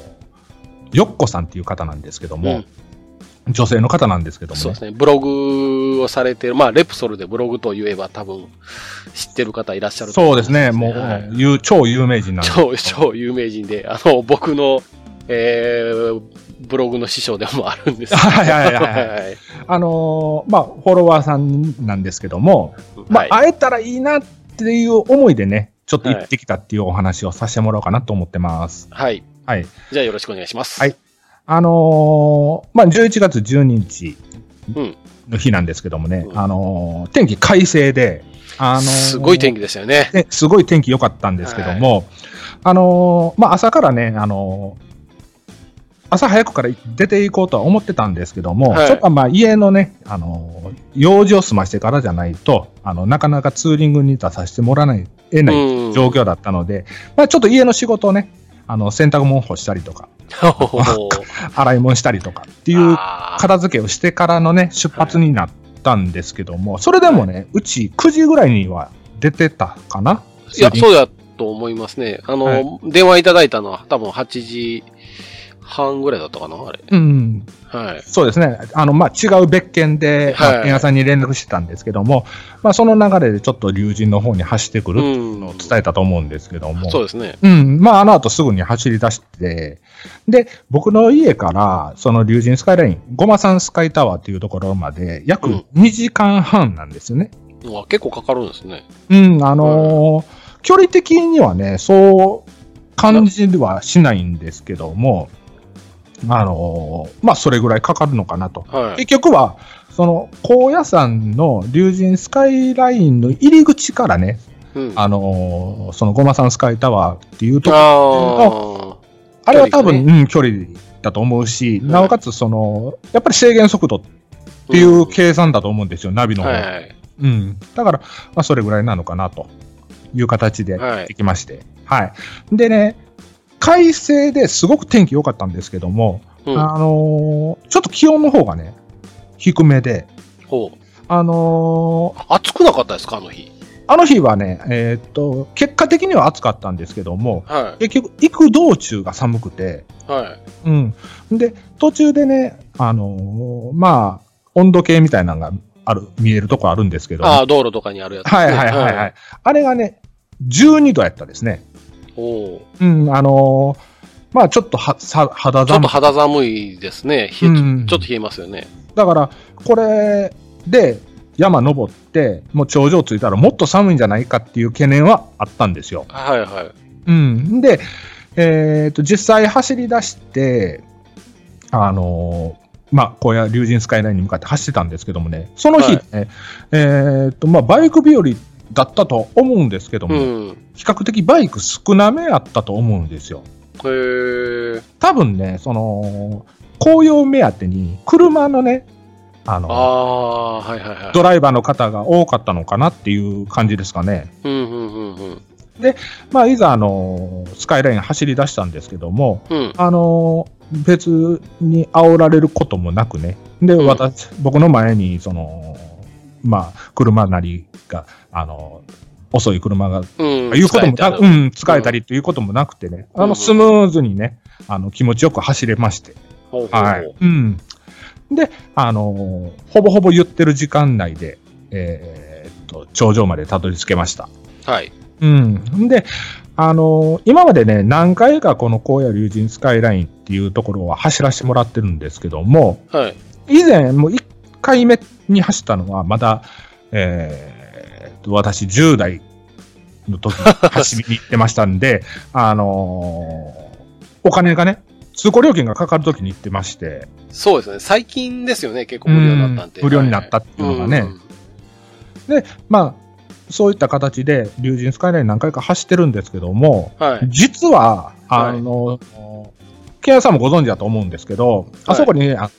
Speaker 2: よっこさんっていう方なんですけども、女性の方なんですけども
Speaker 1: そう
Speaker 2: ね
Speaker 1: で、すね。ブログをされてる、まあ、レプソルでブログと言えば多分、知ってる方いらっしゃると
Speaker 2: そ
Speaker 1: 思
Speaker 2: うですね、もう、
Speaker 1: はい
Speaker 2: ゆう超有名人なんですけど
Speaker 1: 超、超有名人で、あの、僕の、えー、ブログの師匠でもあるんです
Speaker 2: はいはいはい
Speaker 1: はいはい。
Speaker 2: あのーまあ、フォロワーさんなんですけども、まあ、
Speaker 1: はい
Speaker 2: 会えたらいいなっていう思いでね、ちょっと行ってきたっていうお話をさせてもらおうかなと思ってます。
Speaker 1: はい。
Speaker 2: はい。
Speaker 1: じゃあよろしくお願いします。
Speaker 2: はいあのーまあ、11月12日
Speaker 1: うん
Speaker 2: の日なんですけどもね、
Speaker 1: うん
Speaker 2: あのー天気快晴で、あのー
Speaker 1: すごい天気でしたよね。
Speaker 2: ねすごい天気良かったんですけども、あのーまあ、朝からね、あのー朝早くから出ていこうとは思ってたんですけども、
Speaker 1: はい
Speaker 2: ちょっとまあ家のね、あのー用事を済ましてからじゃないと、あの、なかなかツーリングに出させてもらえない、得ない
Speaker 1: うん
Speaker 2: 状況だったので、まあちょっと家の仕事をね、あの、洗濯物干したりとか、
Speaker 1: おー
Speaker 2: 洗い物したりとかっていう
Speaker 1: あー
Speaker 2: 片付けをしてからのね、出発になったんですけども、それでもね、うち9時ぐらいには出てたかない
Speaker 1: や、
Speaker 2: ツーリング
Speaker 1: そうだと思いますね。あの、
Speaker 2: はい
Speaker 1: 電話いただいたのは多分8時半ぐらいだったかな、あれ。
Speaker 2: うん、
Speaker 1: はい。
Speaker 2: そうですね。あの、まあ、違う別件で、
Speaker 1: はい
Speaker 2: まあ、屋さんに連絡してたんですけども、まあ、その流れでちょっと竜神の方に走ってくるっていうのを伝えたと思うんですけども、
Speaker 1: そうですね。
Speaker 2: うん、まあ、あの後すぐに走り出して、で、僕の家から、その竜神スカイライン、ゴマさんスカイタワーっていうところまで、約
Speaker 1: うん
Speaker 2: 2時間半なんですよね。
Speaker 1: うわ結構かかるんですね。
Speaker 2: うん、あのー距離的にはね、そう感じはしないんですけども、あのーまあ、それぐらいかかるのかなと。
Speaker 1: はい。
Speaker 2: 結局は、その、高野山の竜神スカイラインの入り口からね、
Speaker 1: うん、
Speaker 2: あのーそのゴマさんスカイタワーっていうとこ、
Speaker 1: あ
Speaker 2: あれは多分、
Speaker 1: 距
Speaker 2: うん、距離だと思うし、
Speaker 1: はい
Speaker 2: なおかつ、その、やっぱり制限速度っ
Speaker 1: って
Speaker 2: いう計算だと思うんですよ、ナビの方。
Speaker 1: はいはい。
Speaker 2: うん。だから、まあ、それぐらいなのかなという形で
Speaker 1: はい
Speaker 2: できまして。はい。でね、快晴ですごく天気良かったんですけども、
Speaker 1: うん、
Speaker 2: あのーちょっと気温の方がね、低めで、
Speaker 1: ほう。
Speaker 2: あのー
Speaker 1: 暑くなかったですか、あの日。
Speaker 2: あの日はね、えーっと、結果的には暑かったんですけども、
Speaker 1: は
Speaker 2: 結局、行く道中が寒くて、
Speaker 1: い。はい。
Speaker 2: うん。で、途中でね、あのーまあ、温度計みたいなのがある、見えるとこあるんですけど、
Speaker 1: あ
Speaker 2: は
Speaker 1: あ、道路とかにあるやつ、
Speaker 2: いはいはいはい。
Speaker 1: はい。
Speaker 2: あれがね、12度やったですね。
Speaker 1: おう
Speaker 2: うん、あのーまあ、ちょっとは、さ、肌
Speaker 1: ちょっ
Speaker 2: 寒
Speaker 1: と
Speaker 2: い。
Speaker 1: 肌寒いですね。冷え
Speaker 2: うん
Speaker 1: ちょっと冷えますよね。
Speaker 2: だから、これで山登って、もう頂上着いたらもっと寒いんじゃないかっていう懸念はあったんですよ。
Speaker 1: はいはい。
Speaker 2: うん。で、えっ、と、実際走り出して、あのーまあ、こうや竜神スカイラインに向かって走ってたんですけどもね、その日、
Speaker 1: は
Speaker 2: ねえっ、と、まあ、バイク日和だったと思うんですけど
Speaker 1: う
Speaker 2: も、
Speaker 1: ん。へ
Speaker 2: 比較的バイク少なめやったと思うんですよ。
Speaker 1: え。
Speaker 2: 多分ね、その、紅葉目当てに、車のね、あ
Speaker 1: あ
Speaker 2: の、
Speaker 1: あ、はいはいはい
Speaker 2: ド。ライバーの方が多かったのかなっていう感じですかね。
Speaker 1: うんうんうんうん。
Speaker 2: まあ、いざ、あの、スカイライン走り出したんですけども、
Speaker 1: うん。
Speaker 2: あの、別に煽られることもなくね。で、
Speaker 1: ん
Speaker 2: 私、僕の前に、その、まあ、車なりが、あの、遅い車が
Speaker 1: うん。
Speaker 2: いうこと
Speaker 1: 使え
Speaker 2: も
Speaker 1: た
Speaker 2: な、
Speaker 1: の
Speaker 2: うん、使えたりということもなくてね、あ
Speaker 1: うん
Speaker 2: の、スムーズにね、あの、気持ちよく走れまして。
Speaker 1: ほうほうほう
Speaker 2: はい。うん。で、あのーほぼほぼ言ってる時間内で、えーっと、頂上までたどり着けました。
Speaker 1: はい。
Speaker 2: うん。で、あのー今までね、何回かこの荒野竜神スカイラインっていうところは走らせてもらってるんですけども、
Speaker 1: はい。
Speaker 2: 以前、もう1回目に走ったのは、まだ、えーっと、私10代の時に走りに行ってましたんで、 あのーお金がね、通行料金がかかる時に行ってまして、
Speaker 1: そうですね。最近ですよね。結構無料になったんで。
Speaker 2: うん無料になったっていうのがね、
Speaker 1: うん
Speaker 2: まあ、そういった形で、竜神スカイライン何回か走ってるんですけども、
Speaker 1: はい。
Speaker 2: 実は、あの、ケンさんもご存知だと思うんですけど、あそこにね、あの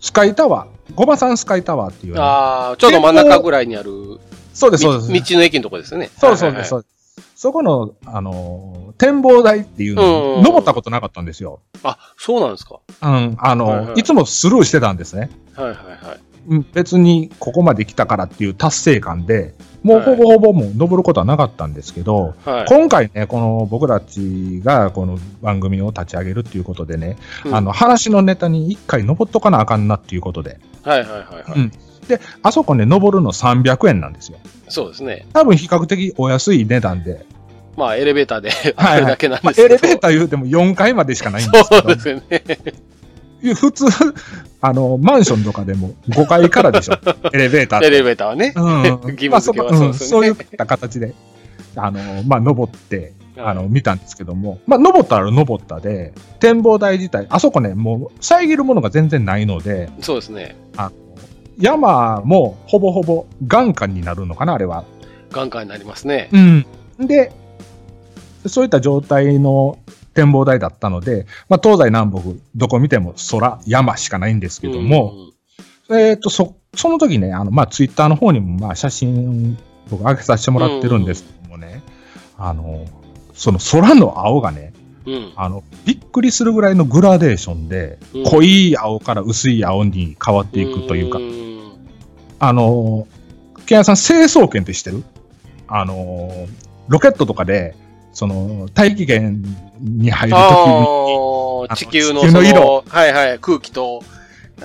Speaker 2: スカイタワー、ゴバさんスカイタワーっていうね、
Speaker 1: ああ、ちょうど真ん中ぐらいにある、
Speaker 2: そうです、
Speaker 1: み
Speaker 2: そう
Speaker 1: 道
Speaker 2: です。
Speaker 1: の駅のとこですよね。
Speaker 2: そうですそう
Speaker 1: はい
Speaker 2: で
Speaker 1: はい
Speaker 2: す、そうです。そこの、あの、展望台っていうの
Speaker 1: うん
Speaker 2: に、登ったことなかったんですよ。
Speaker 1: あ、そうなんですか。
Speaker 2: うん、あの、
Speaker 1: はいはい
Speaker 2: いつもスルーしてたんですね。
Speaker 1: はいはいはい。
Speaker 2: うん別にここまで来たからっていう達成感で、もうほぼほぼもう登ることはなかったんですけど、
Speaker 1: はい。
Speaker 2: 今回ね、この僕たちがこの番組を立ち上げるっていうことでね、
Speaker 1: うん
Speaker 2: あの話のネタに一回登っとかなあかんなっていうことで、
Speaker 1: はいはいはいは
Speaker 2: う
Speaker 1: い。
Speaker 2: んあそこね、登るの300円なんですよ。
Speaker 1: そうですね。
Speaker 2: 多分比較的お安い値段で、
Speaker 1: まあ、エレベーターで
Speaker 2: はい
Speaker 1: あれだけなん
Speaker 2: ま
Speaker 1: で
Speaker 2: あ
Speaker 1: すけ
Speaker 2: エ
Speaker 1: ど。
Speaker 2: レベーター言うても4階までしかないんですけ
Speaker 1: そう
Speaker 2: ど
Speaker 1: で、すよね。
Speaker 2: 普通、あの、マンションとかでも5階か らでしょ、エレベーターって
Speaker 1: エレベーターはね。
Speaker 2: うん
Speaker 1: 義務付けは
Speaker 2: まあ
Speaker 1: そうで
Speaker 2: その
Speaker 1: す
Speaker 2: うんそういった形で、あの、まあ、登って、あの、見たんですけども、まあ、登ったら登ったで、展望台自体、あそこね、もう、遮るものが全然ないので、
Speaker 1: そうですね。
Speaker 2: あの、山もほぼほぼ眼下になるのかな、あれは。
Speaker 1: 眼下になりますね。
Speaker 2: うん。で、そういった状態の展望台だったので、まあ、東西南北、どこ見ても空、山しかないんですけども、えっ、と、そ、その時ね、あの、まあ、ツイッターの方にも、まあ、写真、僕、上げさせてもらってるんですけどもね、あの、その空の青がね、
Speaker 1: うん、うん。
Speaker 2: あの、びっくりするぐらいのグラデーションで、
Speaker 1: うん
Speaker 2: 濃い青から薄い青に変わっていくというか、
Speaker 1: ん
Speaker 2: あの、ケンヤさん、成層圏って知ってるあの、ロケットとかで、その、大気圏に入るときに、
Speaker 1: ああ、地球のその
Speaker 2: 地球の色
Speaker 1: はいはい、空気と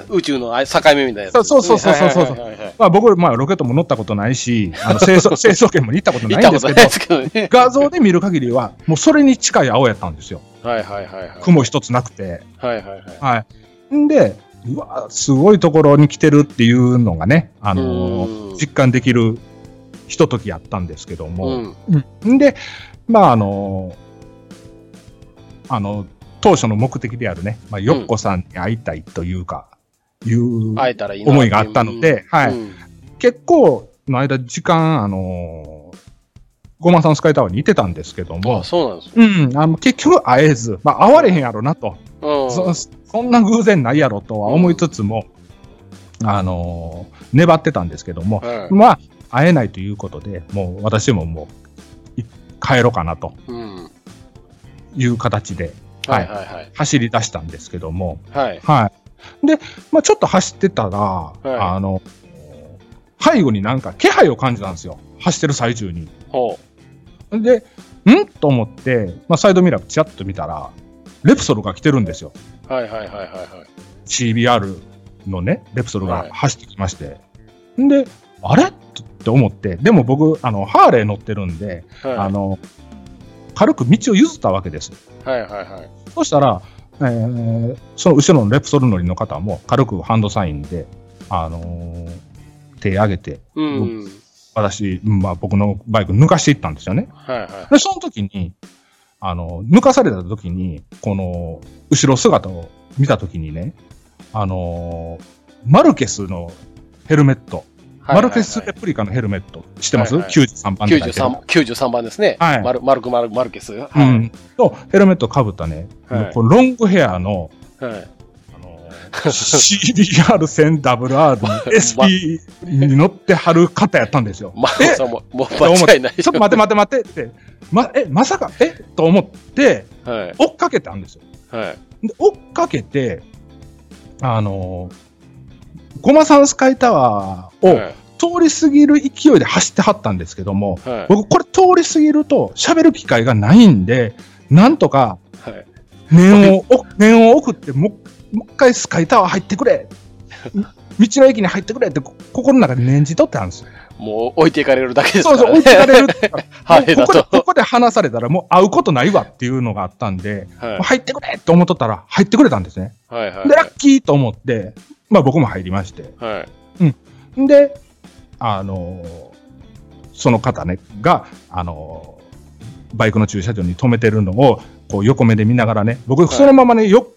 Speaker 1: 宇宙のあ境目みたいなやつですね、
Speaker 2: そうそうそうそうそうそう
Speaker 1: はいはいはいはい
Speaker 2: まあ僕、まあロケットも乗ったことないし、あの、成層、成層圏も行ったこと
Speaker 1: 行
Speaker 2: な
Speaker 1: っ
Speaker 2: い
Speaker 1: た
Speaker 2: んで
Speaker 1: こ
Speaker 2: す
Speaker 1: と
Speaker 2: け
Speaker 1: ないで、
Speaker 2: ど
Speaker 1: すけどね。
Speaker 2: 画像で見る限りは、もうそれに近い青やったんですよ。
Speaker 1: はいはいはいはい。
Speaker 2: 雲一つなくて。
Speaker 1: はいはいはい。
Speaker 2: はい。んで、うわすごいところに来てるっていうのがね、あ
Speaker 1: あ
Speaker 2: のー実感できるひとときやったんですけど
Speaker 1: う
Speaker 2: も。
Speaker 1: ん。
Speaker 2: んで、まああのーあの、当初の目的であるね、まあ、よっこさんに会いたいというか、いう
Speaker 1: 会えたらいいなって
Speaker 2: 思いがあったので、
Speaker 1: うん、
Speaker 2: は
Speaker 1: う
Speaker 2: い。
Speaker 1: ん
Speaker 2: 結構、の間時間、あのー、ごまさんスカイタワーにいてたんですけども、
Speaker 1: あ、そうなんです。
Speaker 2: うん、あの結局会えず、まあ、会われへんやろなと、
Speaker 1: うん
Speaker 2: そ、そんな偶然ないやろとは思いつつも、あのー粘ってたんですけども、
Speaker 1: はい
Speaker 2: まあ、会えないということで、もう私ももうい帰ろうかなと
Speaker 1: うん。
Speaker 2: いう形で
Speaker 1: はいはいはい。
Speaker 2: 走り出したんですけども、
Speaker 1: はい。
Speaker 2: はい。で、まあ、ちょっと走ってたら、
Speaker 1: い
Speaker 2: あの、背後になんか気配を感じたんですよ、走ってる最中に。
Speaker 1: ほ
Speaker 2: で、んと思って、まあ、サイドミラーチラッと見たら、レプソルが来てるんですよ。
Speaker 1: う。はいはいはいはいはい。
Speaker 2: CBR のね、レプソル
Speaker 1: は
Speaker 2: が
Speaker 1: い
Speaker 2: 走ってきまして。んで、あれって思って、でも僕、あの、ハーレー乗ってるんで、
Speaker 1: はい
Speaker 2: あの、軽く道を譲ったわけです。
Speaker 1: はいはいはい。
Speaker 2: そしたら、えーその後ろのレプソル乗りの方も軽くハンドサインで、あのー手上げて、
Speaker 1: うん。
Speaker 2: 私、まあ僕のバイク抜かしていったんですよね。
Speaker 1: はいは
Speaker 2: で、その時に、あの、抜かされた時に、この、後ろ姿を見た時にね、あのーマルケスのヘルメット、
Speaker 1: い。
Speaker 2: マルケスレプリカのヘルメット、知ってます、
Speaker 1: はいはい
Speaker 2: ?93 番手だけど。
Speaker 1: 93, 93番ですね。
Speaker 2: はい
Speaker 1: マルマルクマルマルケス。
Speaker 2: うん。と、ヘルメットかぶったね、
Speaker 1: はい
Speaker 2: このロングヘアの、
Speaker 1: はい。
Speaker 2: あのー CBR1000WR の SP に乗ってはる方やったん ですよ。
Speaker 1: まあ、 そうも、もう間違いない
Speaker 2: ちょっと待って待って待ってって、ま、え、まさか、えと思って、
Speaker 1: て。はい。
Speaker 2: 追っかけたんですよ。
Speaker 1: はい。
Speaker 2: で追っかけて、あのー、ゴマさんスカイタワーを
Speaker 1: はい。
Speaker 2: 通り過ぎる勢いで走ってはったんですけども、
Speaker 1: はい。
Speaker 2: 僕これ通り過ぎると喋る機会がないんで、なんとか
Speaker 1: はい
Speaker 2: 念をお念を送ってもう、もう一回スカイタワー入ってくれ。 道の駅に入ってくれってこ心の中で念じとったんですよ。
Speaker 1: もう置いていかれるだけです
Speaker 2: そ
Speaker 1: か
Speaker 2: うそう、
Speaker 1: ら
Speaker 2: 置い
Speaker 1: ね。
Speaker 2: てかれるって いうか
Speaker 1: ハー
Speaker 2: もう
Speaker 1: レーだ。
Speaker 2: ここで、ことこで話されたらもう会うことないわっていうのがあったんで、
Speaker 1: はい
Speaker 2: もう。入ってくれって思っとったら入ってくれたんですね。
Speaker 1: はいはい。
Speaker 2: で、ラッキーと思って、まあ僕も入りまして。
Speaker 1: はい。
Speaker 2: で、あのーその方ね、が、あのーバイクの駐車場に止めてるのを、こう横目で見ながらね、僕
Speaker 1: い
Speaker 2: そのままね、よ、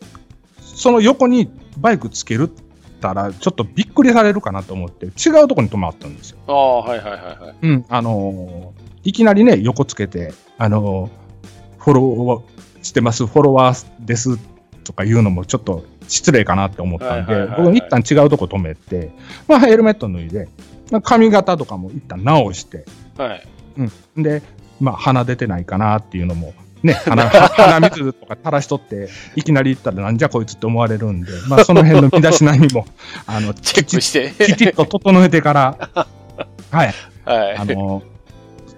Speaker 2: その横にバイクつけるったら、ちょっとびっくりされるかなと思って、違うとこに止まったんですよ。
Speaker 1: ああ、はいはいはいはい。
Speaker 2: うん、あのーいきなりね、横つけて、あのーフォローしてます、フォロワーですとか言うのもちょっと失礼かなって思ったん
Speaker 1: はいは
Speaker 2: で
Speaker 1: い、はいはい
Speaker 2: 僕一旦違うとこ止めて、まあヘルメット脱いで、まあ髪型とかも一旦直して、
Speaker 1: はい。
Speaker 2: うん、で、まあ鼻出てないかなっていうのも、 ね、鼻鼻水とか垂らしとって、いきなり行ったらなんじゃこいつって思われるんで、まあその辺の身だしなみも、あの、
Speaker 1: チェックして。
Speaker 2: きちっと整えてから、 はい、
Speaker 1: はい。
Speaker 2: あの、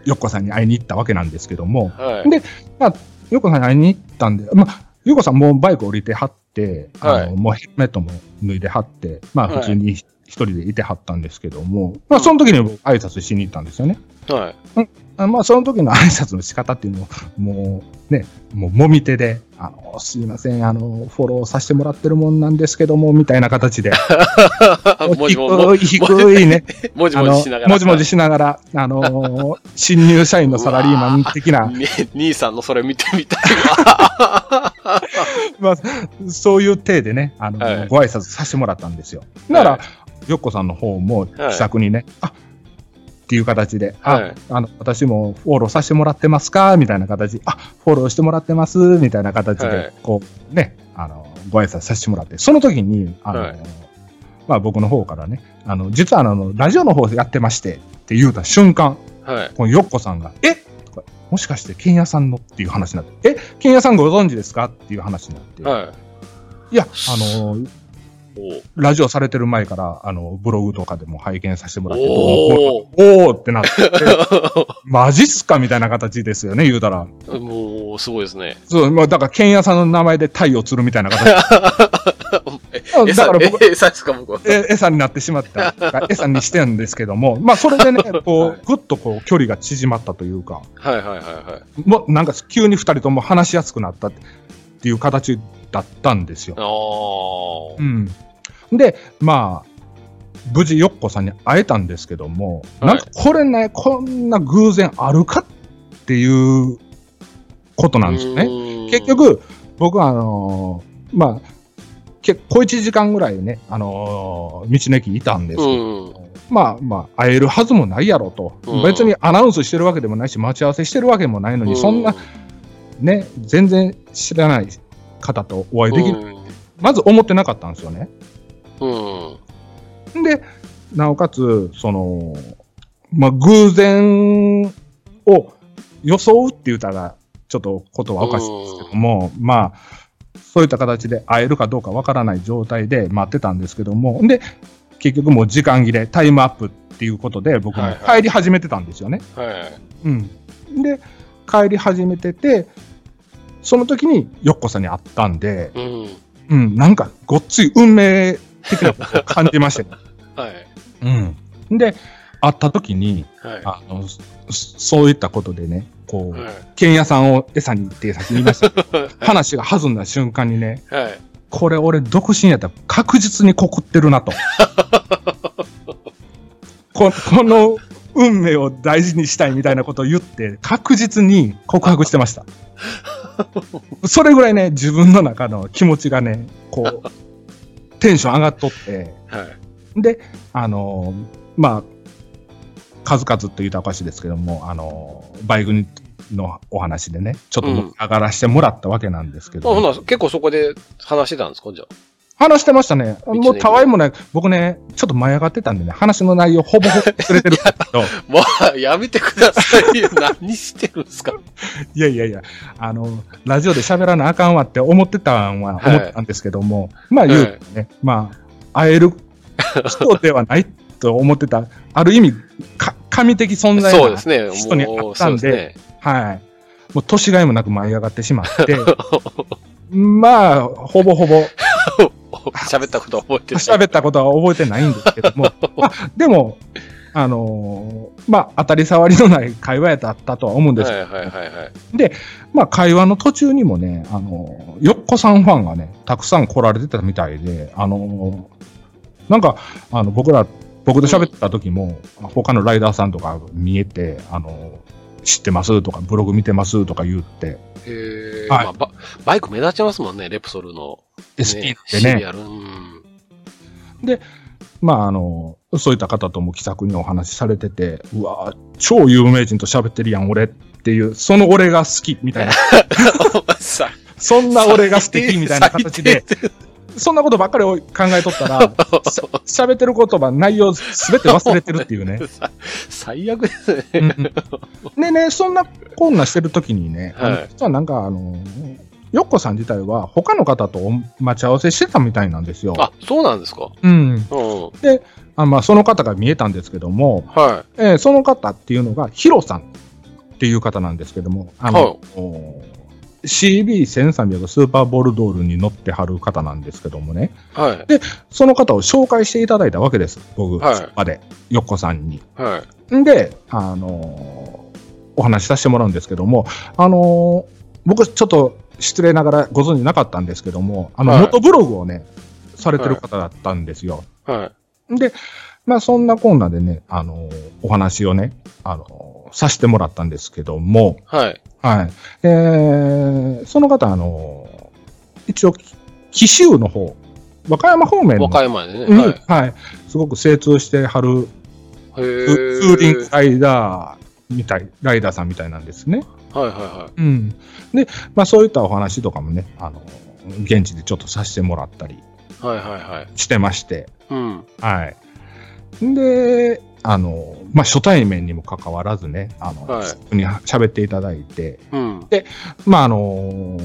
Speaker 2: よっこさんに会いに行ったわけなんですけども、
Speaker 1: はい。
Speaker 2: でよっこさんに会いに行ったんで、まあ、よっこさんもうバイク降りてはって、あの
Speaker 1: はい
Speaker 2: もうヘルメットも脱いではって、まあ
Speaker 1: はい
Speaker 2: 普通に一人でいてはったんですけども、まあその時に僕挨拶しに行ったんですよね。
Speaker 1: はい。
Speaker 2: あまあその時の 挨拶の仕方っていうのも、もうね、もうもみ手で、あの、すいません、あの、フォローさせてもらってるもんなんですけども、みたいな形で、
Speaker 1: もじもじ、
Speaker 2: 低い、低いね、
Speaker 1: もじ
Speaker 2: あ
Speaker 1: も
Speaker 2: の
Speaker 1: じしながら。
Speaker 2: もじもじしながら、あのー新入社員のサラリーマン的 な、
Speaker 1: ね兄さんのそれ見てみたい
Speaker 2: まあ、そういう体でね、あの
Speaker 1: はい
Speaker 2: ご挨拶させてもらったんですよ。なら、
Speaker 1: は
Speaker 2: よっこさんの方も
Speaker 1: はい
Speaker 2: 気さくにね、あっていう形で、あ
Speaker 1: はい
Speaker 2: あの、私もフォローさせてもらってますかみたいな形、あフォローしてもらってますみたいな形で、
Speaker 1: はい
Speaker 2: こう、ね、あの、ご挨拶させてもらって、その時に、あの、
Speaker 1: はい
Speaker 2: まあ僕の方からね、あの、実はあの、ラジオの方やってまして、って言うた瞬間、
Speaker 1: な。はい。
Speaker 2: このよっこさんが、えとかもしかして、けんやさんのっていう話になって、えけんやさんご存知ですかっていう話になって、、
Speaker 1: はい
Speaker 2: や、あのー、
Speaker 1: い。おう
Speaker 2: ラジオされてる前から、あの、ブログとかでも拝見させてもらってて、
Speaker 1: お
Speaker 2: おーおーってなって、 マジっすかみたいな形ですよね、言うたら。
Speaker 1: ーもう、すごいですね。
Speaker 2: そう、まあ、だから、けんやさんの名前で太陽釣るみたいな形。
Speaker 1: え、
Speaker 2: だ
Speaker 1: さ
Speaker 2: から僕、
Speaker 1: え、さですか、僕は。
Speaker 2: え餌になってしまった。餌にしてるんですけども、まあ、それでね、こう、ぐっとこう、距離が縮まったというか、
Speaker 1: はいはいはいはい。
Speaker 2: もうなんか急に二人とも話しやすくなったっていう形だったんですよ。
Speaker 1: ああ。
Speaker 2: うん、で、まあ、無事、よっこさんに会えたんですけども、
Speaker 1: はい
Speaker 2: なんかこれね、こんな偶然あるかっていうことなんですよね。
Speaker 1: ね
Speaker 2: 結、局、僕は、あのーまあ、結構1時間ぐらいね、あのー道の駅にいたんですけ
Speaker 1: う
Speaker 2: ど、
Speaker 1: ん。
Speaker 2: まあまあ、会えるはずもないやろと、
Speaker 1: うん
Speaker 2: 別にアナウンスしてるわけでもないし、待ち合わせしてるわけもないのに、そんなね、全然知らない方とお会いできる、まず思ってなかったんですよね。
Speaker 1: うん。うん。
Speaker 2: で、なおかつ、その、まあ、偶然を装うって言ったら、ちょっとことはおかしいですけども、まあ、そういった形で会えるかどうかわからない状態で待ってたんですけども、で、結局もう時間切れ、タイムアップっていうことで、僕も帰り始めてたんですよね。
Speaker 1: はい。
Speaker 2: うん、で帰り始めててその時によっこさんに会ったんで、
Speaker 1: うん。
Speaker 2: うん、なんかごっつい運命的なことを感じましたよ、
Speaker 1: はい。
Speaker 2: うん、で会った時に
Speaker 1: はい。
Speaker 2: あのそそういったことでねこう、
Speaker 1: はい。
Speaker 2: 剣屋さんを餌にってさっき言いましたけ ど話が弾んだ瞬間にね
Speaker 1: はい。
Speaker 2: これ俺独身やったら確実に告ってる なとここの運命を大事にしたいみたいなことを言って確実に告白してました それぐらいね自分の中の気持ちがねこう テンション上がっとって
Speaker 1: はい。
Speaker 2: であのまあ数々と言うたらおかしいですけどもあのバイクのお話でねちょっと上がらせてもらったわけなんですけ
Speaker 1: あほ
Speaker 2: ど、
Speaker 1: な、結構そこで話してたんですかじゃ
Speaker 2: 話してましたね。
Speaker 1: 道の駅
Speaker 2: もうたわいもない。僕ね、ちょっと舞い上がってたんでね、話の内容ほぼほぼ忘れてるんですけど、
Speaker 1: もう、やめてくださいよ。何してるんですか
Speaker 2: いやいやいや、あの、ラジオで喋らなあかんわって思ってたんは
Speaker 1: はい
Speaker 2: 思ってたんですけども、まあ言うとね、まあ、会える人ではないと思ってた、ある意味、か神的存在
Speaker 1: そうで
Speaker 2: が、
Speaker 1: すね。
Speaker 2: 人に
Speaker 1: も
Speaker 2: 会
Speaker 1: う、
Speaker 2: った
Speaker 1: そうん
Speaker 2: で
Speaker 1: ですね。
Speaker 2: はい。もう年がいもなく舞い上がってしま って、まあ、ほぼほぼ
Speaker 1: 喋ったこと覚えてない。
Speaker 2: 喋ったことは覚えてないんですけど も、まあ、でも、あのーまあ、当たり障りのない会話やったとは思うんですけど
Speaker 1: はいはいはいはい。
Speaker 2: まあ、会話の途中にもね、あの、よっこさんファンがね、たくさん来られてたみたいで、あの、なんか、あの、僕ら、僕と喋ってた時も、他のライダーさんとか見えて、あの、知ってますとか、ブログ見てますとか言って、
Speaker 1: へえ、
Speaker 2: はい
Speaker 1: まあバ。バイク目立ちますもんね、レプソルの。
Speaker 2: で、好きってね、
Speaker 1: CBR うん。
Speaker 2: まあ、あの、そういった方とも気さくにお話しされてて、うわぁ超有名人と喋ってるやん、俺っていう、その俺が好きみ たいな、
Speaker 1: さ
Speaker 2: そんな俺が素敵みたいな形で、。そんなことばっかり考えとったら、しゃ喋ってる言葉、内容すべて忘れてるっていう ね。
Speaker 1: 最低最悪ですね。
Speaker 2: うんうんでね、そんなこんなしてる時にね、あの
Speaker 1: はい
Speaker 2: 実はなんかあの、よっこさん自体は他の方とお待ち合わせしてたみたいなんですよ。
Speaker 1: あ、そうなんですか。
Speaker 2: うん。
Speaker 1: うん。
Speaker 2: あまあ、その方が見えたんですけども、
Speaker 1: は
Speaker 2: えーその方っていうのがヒロさんっていう方なんですけども、あの、
Speaker 1: はい
Speaker 2: お CB1300 スーパーボルドールに乗ってはる方なんですけどもね。
Speaker 1: い。はい。
Speaker 2: その方を紹介していただいたわけです、僕、
Speaker 1: はい
Speaker 2: そこまで、よっこさんに。
Speaker 1: はい。
Speaker 2: んで、あのーお話しさせてもらうんですけども、あのー僕、ちょっと失礼ながらご存知なかったんですけども、あの、
Speaker 1: はい
Speaker 2: 元ブログをね、されてる方だったんですよ。
Speaker 1: はい。
Speaker 2: で、まあ、そんなこんなでね、あのーお話をね、あのーさせてもらったんですけども、
Speaker 1: はい。
Speaker 2: はい。えー、その方、あのー一応、紀州の方、和歌山方面の
Speaker 1: 和歌山でね。
Speaker 2: うん
Speaker 1: はい。
Speaker 2: はい。すごく精通してはる、
Speaker 1: へ
Speaker 2: ツ
Speaker 1: ー
Speaker 2: ーリングライダーみたい、ライダーさんみたいなんですね。
Speaker 1: はいは
Speaker 2: うん。で、まあそういったお話とかもね、あの、現地でちょっとさせてもらったり
Speaker 1: いはい。はいはいはい。
Speaker 2: してまして、
Speaker 1: うん。
Speaker 2: はい。で、あの、まあ初対面にもかかわらずね、あの、
Speaker 1: はい
Speaker 2: 普通に喋っていただいて、
Speaker 1: うん。
Speaker 2: まああの、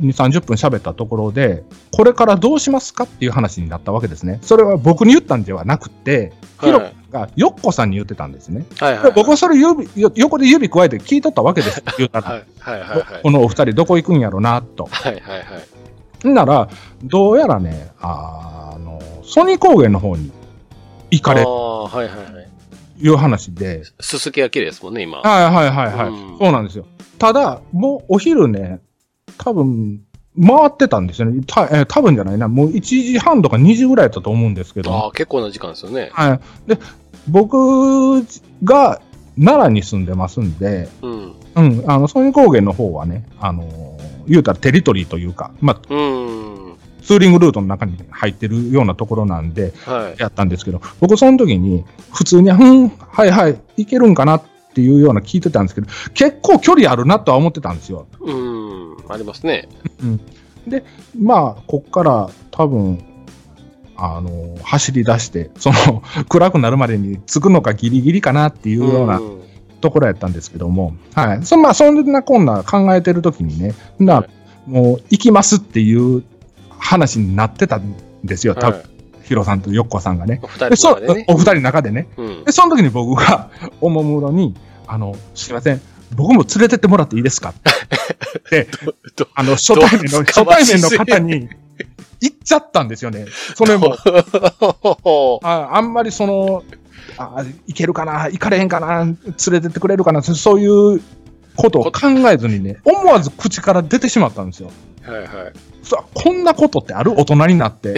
Speaker 2: 2、30分喋ったところで、これからどうしますかっていう話になったわけですね。それは僕に言ったんではなくて、ヒロ
Speaker 1: はい
Speaker 2: がよっこさんに言ってたんですね。
Speaker 1: はいはい。
Speaker 2: 僕はそれ指よ横で指加えて聞いとったわけです。言うたら、
Speaker 1: はいはいはいはい。
Speaker 2: このお二人どこ行くんやろなと。
Speaker 1: はいはいはい。
Speaker 2: んなら、どうやらね、あの、ソニー高原の方に行かれ
Speaker 1: あ
Speaker 2: と
Speaker 1: あ、はいはいはい。
Speaker 2: いう話で。
Speaker 1: すすきが綺麗ですもんね、今。
Speaker 2: はいはいはいはい。
Speaker 1: うん
Speaker 2: そうなんですよ。ただ、もうお昼ね、多分、回ってたんですよね。たえー多分じゃないな。もう1時半とか2時ぐらいだったと思うんですけど。
Speaker 1: ああ、結構な時間ですよね。
Speaker 2: はい。で、僕が奈良に住んでますんで、
Speaker 1: うん。
Speaker 2: うん、あの、ソニー高原の方はね、あのー言うたらテリトリーというか、まあ、
Speaker 1: うん。
Speaker 2: ツーリングルートの中に入ってるようなところなんで、
Speaker 1: はい。
Speaker 2: やったんですけど、僕その時に、普通に、うん、はいはい、いけるんかなっていうような聞いてたんですけど、結構距離あるなとは思ってたんですよ。
Speaker 1: うん。ありますね。
Speaker 2: まあ、こっから多分、あのー走り出して、その、 暗くなるまでに着くのかギリギリかなっていうような
Speaker 1: うん
Speaker 2: ところやったんですけども、はい。そまあ、そんなこんな考えてる時にね、な
Speaker 1: は、
Speaker 2: もう、行きますっていう話になってたんですよ。た
Speaker 1: は
Speaker 2: ぶん、
Speaker 1: い。
Speaker 2: ヒロさんとヨッコさんがね。
Speaker 1: お二人
Speaker 2: で、
Speaker 1: の
Speaker 2: そう
Speaker 1: 中でね、。
Speaker 2: お二人の中でね。
Speaker 1: うん
Speaker 2: で、。その時に僕が、 おもむろに、あの、すいません、僕も連れてってもらっていい ですかで
Speaker 1: ど、
Speaker 2: あの、初対面
Speaker 1: ど
Speaker 2: の、
Speaker 1: うか
Speaker 2: 初
Speaker 1: ま
Speaker 2: 対
Speaker 1: しい
Speaker 2: 面の方に、行っちゃったんですよね。それも、ああんまりその、あ行けるかな、行かれへんかな、連れてってくれるかな、そそういうことを考えずにね、思わず口から出てしまったんですよ。
Speaker 1: はいはい。
Speaker 2: さこんなことってある大人になって。
Speaker 1: いや、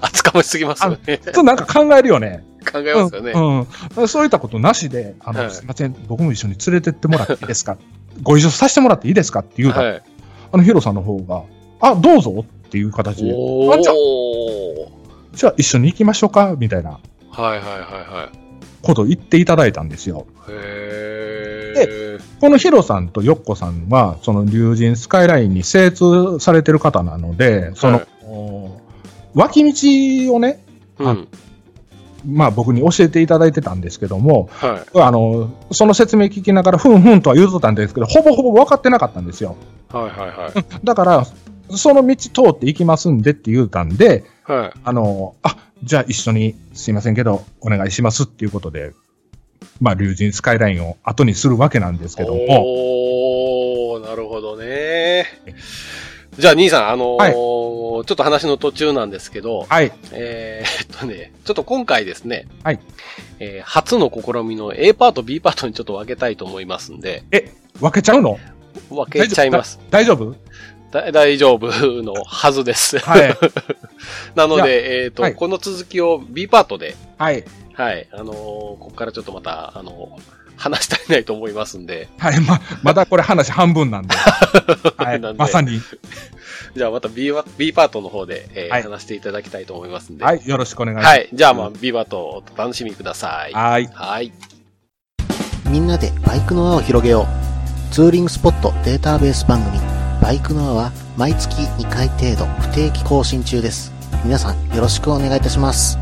Speaker 1: 厚かましすぎますよね。
Speaker 2: ちょっとなんか考えるよね。
Speaker 1: 考えますよね。
Speaker 2: うんうん。そういったことなしで、あの、
Speaker 1: はい
Speaker 2: すいません、僕も一緒に連れてってもらっていいですか ご一緒させてもらっていいですかっていうたら、
Speaker 1: はい。
Speaker 2: あのヒロさんの方が、あ、どうぞっていう形で、
Speaker 1: お
Speaker 2: あじゃ
Speaker 1: お。
Speaker 2: じゃあ一緒に行きましょうかみたいな
Speaker 1: はいはいは
Speaker 2: ことを言っていただいたんですよ。
Speaker 1: いはい。へえ。
Speaker 2: このヒロさんとヨッコさんは、その竜神スカイラインに精通されてる方なので、その、
Speaker 1: はい
Speaker 2: お脇道をね、
Speaker 1: うん。
Speaker 2: まあ僕に教えていただいてたんですけども、
Speaker 1: は
Speaker 2: あの、その説明聞きながら、ふんふんとは言うとったんですけど、ほぼほぼ分かってなかったんですよ。
Speaker 1: い。はいはい
Speaker 2: だから、その道通って行きますんでって言うたんで、
Speaker 1: はい。はい。
Speaker 2: あの、あ、じゃあ一緒にすいませんけど、お願いしますっていうことで、まあ、竜神スカイラインを後にするわけなんですけども、
Speaker 1: おー、なるほどね。じゃあ、兄さん、あのー
Speaker 2: はい
Speaker 1: ちょっと話の途中なんですけど、
Speaker 2: はい、
Speaker 1: えー、えっとね、ちょっと今回ですね、
Speaker 2: はい。
Speaker 1: えー初の試みの A パート、B パートにちょっと分けたいと思いますんで、
Speaker 2: え、分けちゃうの
Speaker 1: 分けちゃいます。
Speaker 2: 大丈夫
Speaker 1: だ 大丈夫のはずです。
Speaker 2: はい、
Speaker 1: なの
Speaker 2: じゃあ
Speaker 1: で、えっ、と、
Speaker 2: はい
Speaker 1: この続きを B パートで、
Speaker 2: はい、
Speaker 1: はい、あのーここからちょっとまた、あのー話したいないと思いますんで、
Speaker 2: はい、ま、まだこれ話半 分なんで、は
Speaker 1: なん
Speaker 2: い、
Speaker 1: で
Speaker 2: まさに、
Speaker 1: じゃあまた B, は B パートの方で、えー
Speaker 2: はい
Speaker 1: 話していただきたいと思いますんで。。
Speaker 2: はいい、よろしくお願いします。
Speaker 1: はい。じゃあまあ B パートをお楽しみください。
Speaker 2: はい。
Speaker 1: はい。
Speaker 3: みんなでバイクの輪を広げよう。ツーリングスポットデータベース番組、バイクの輪は毎月2回程度不定期更新中です。皆さんよろしくお願いいたします。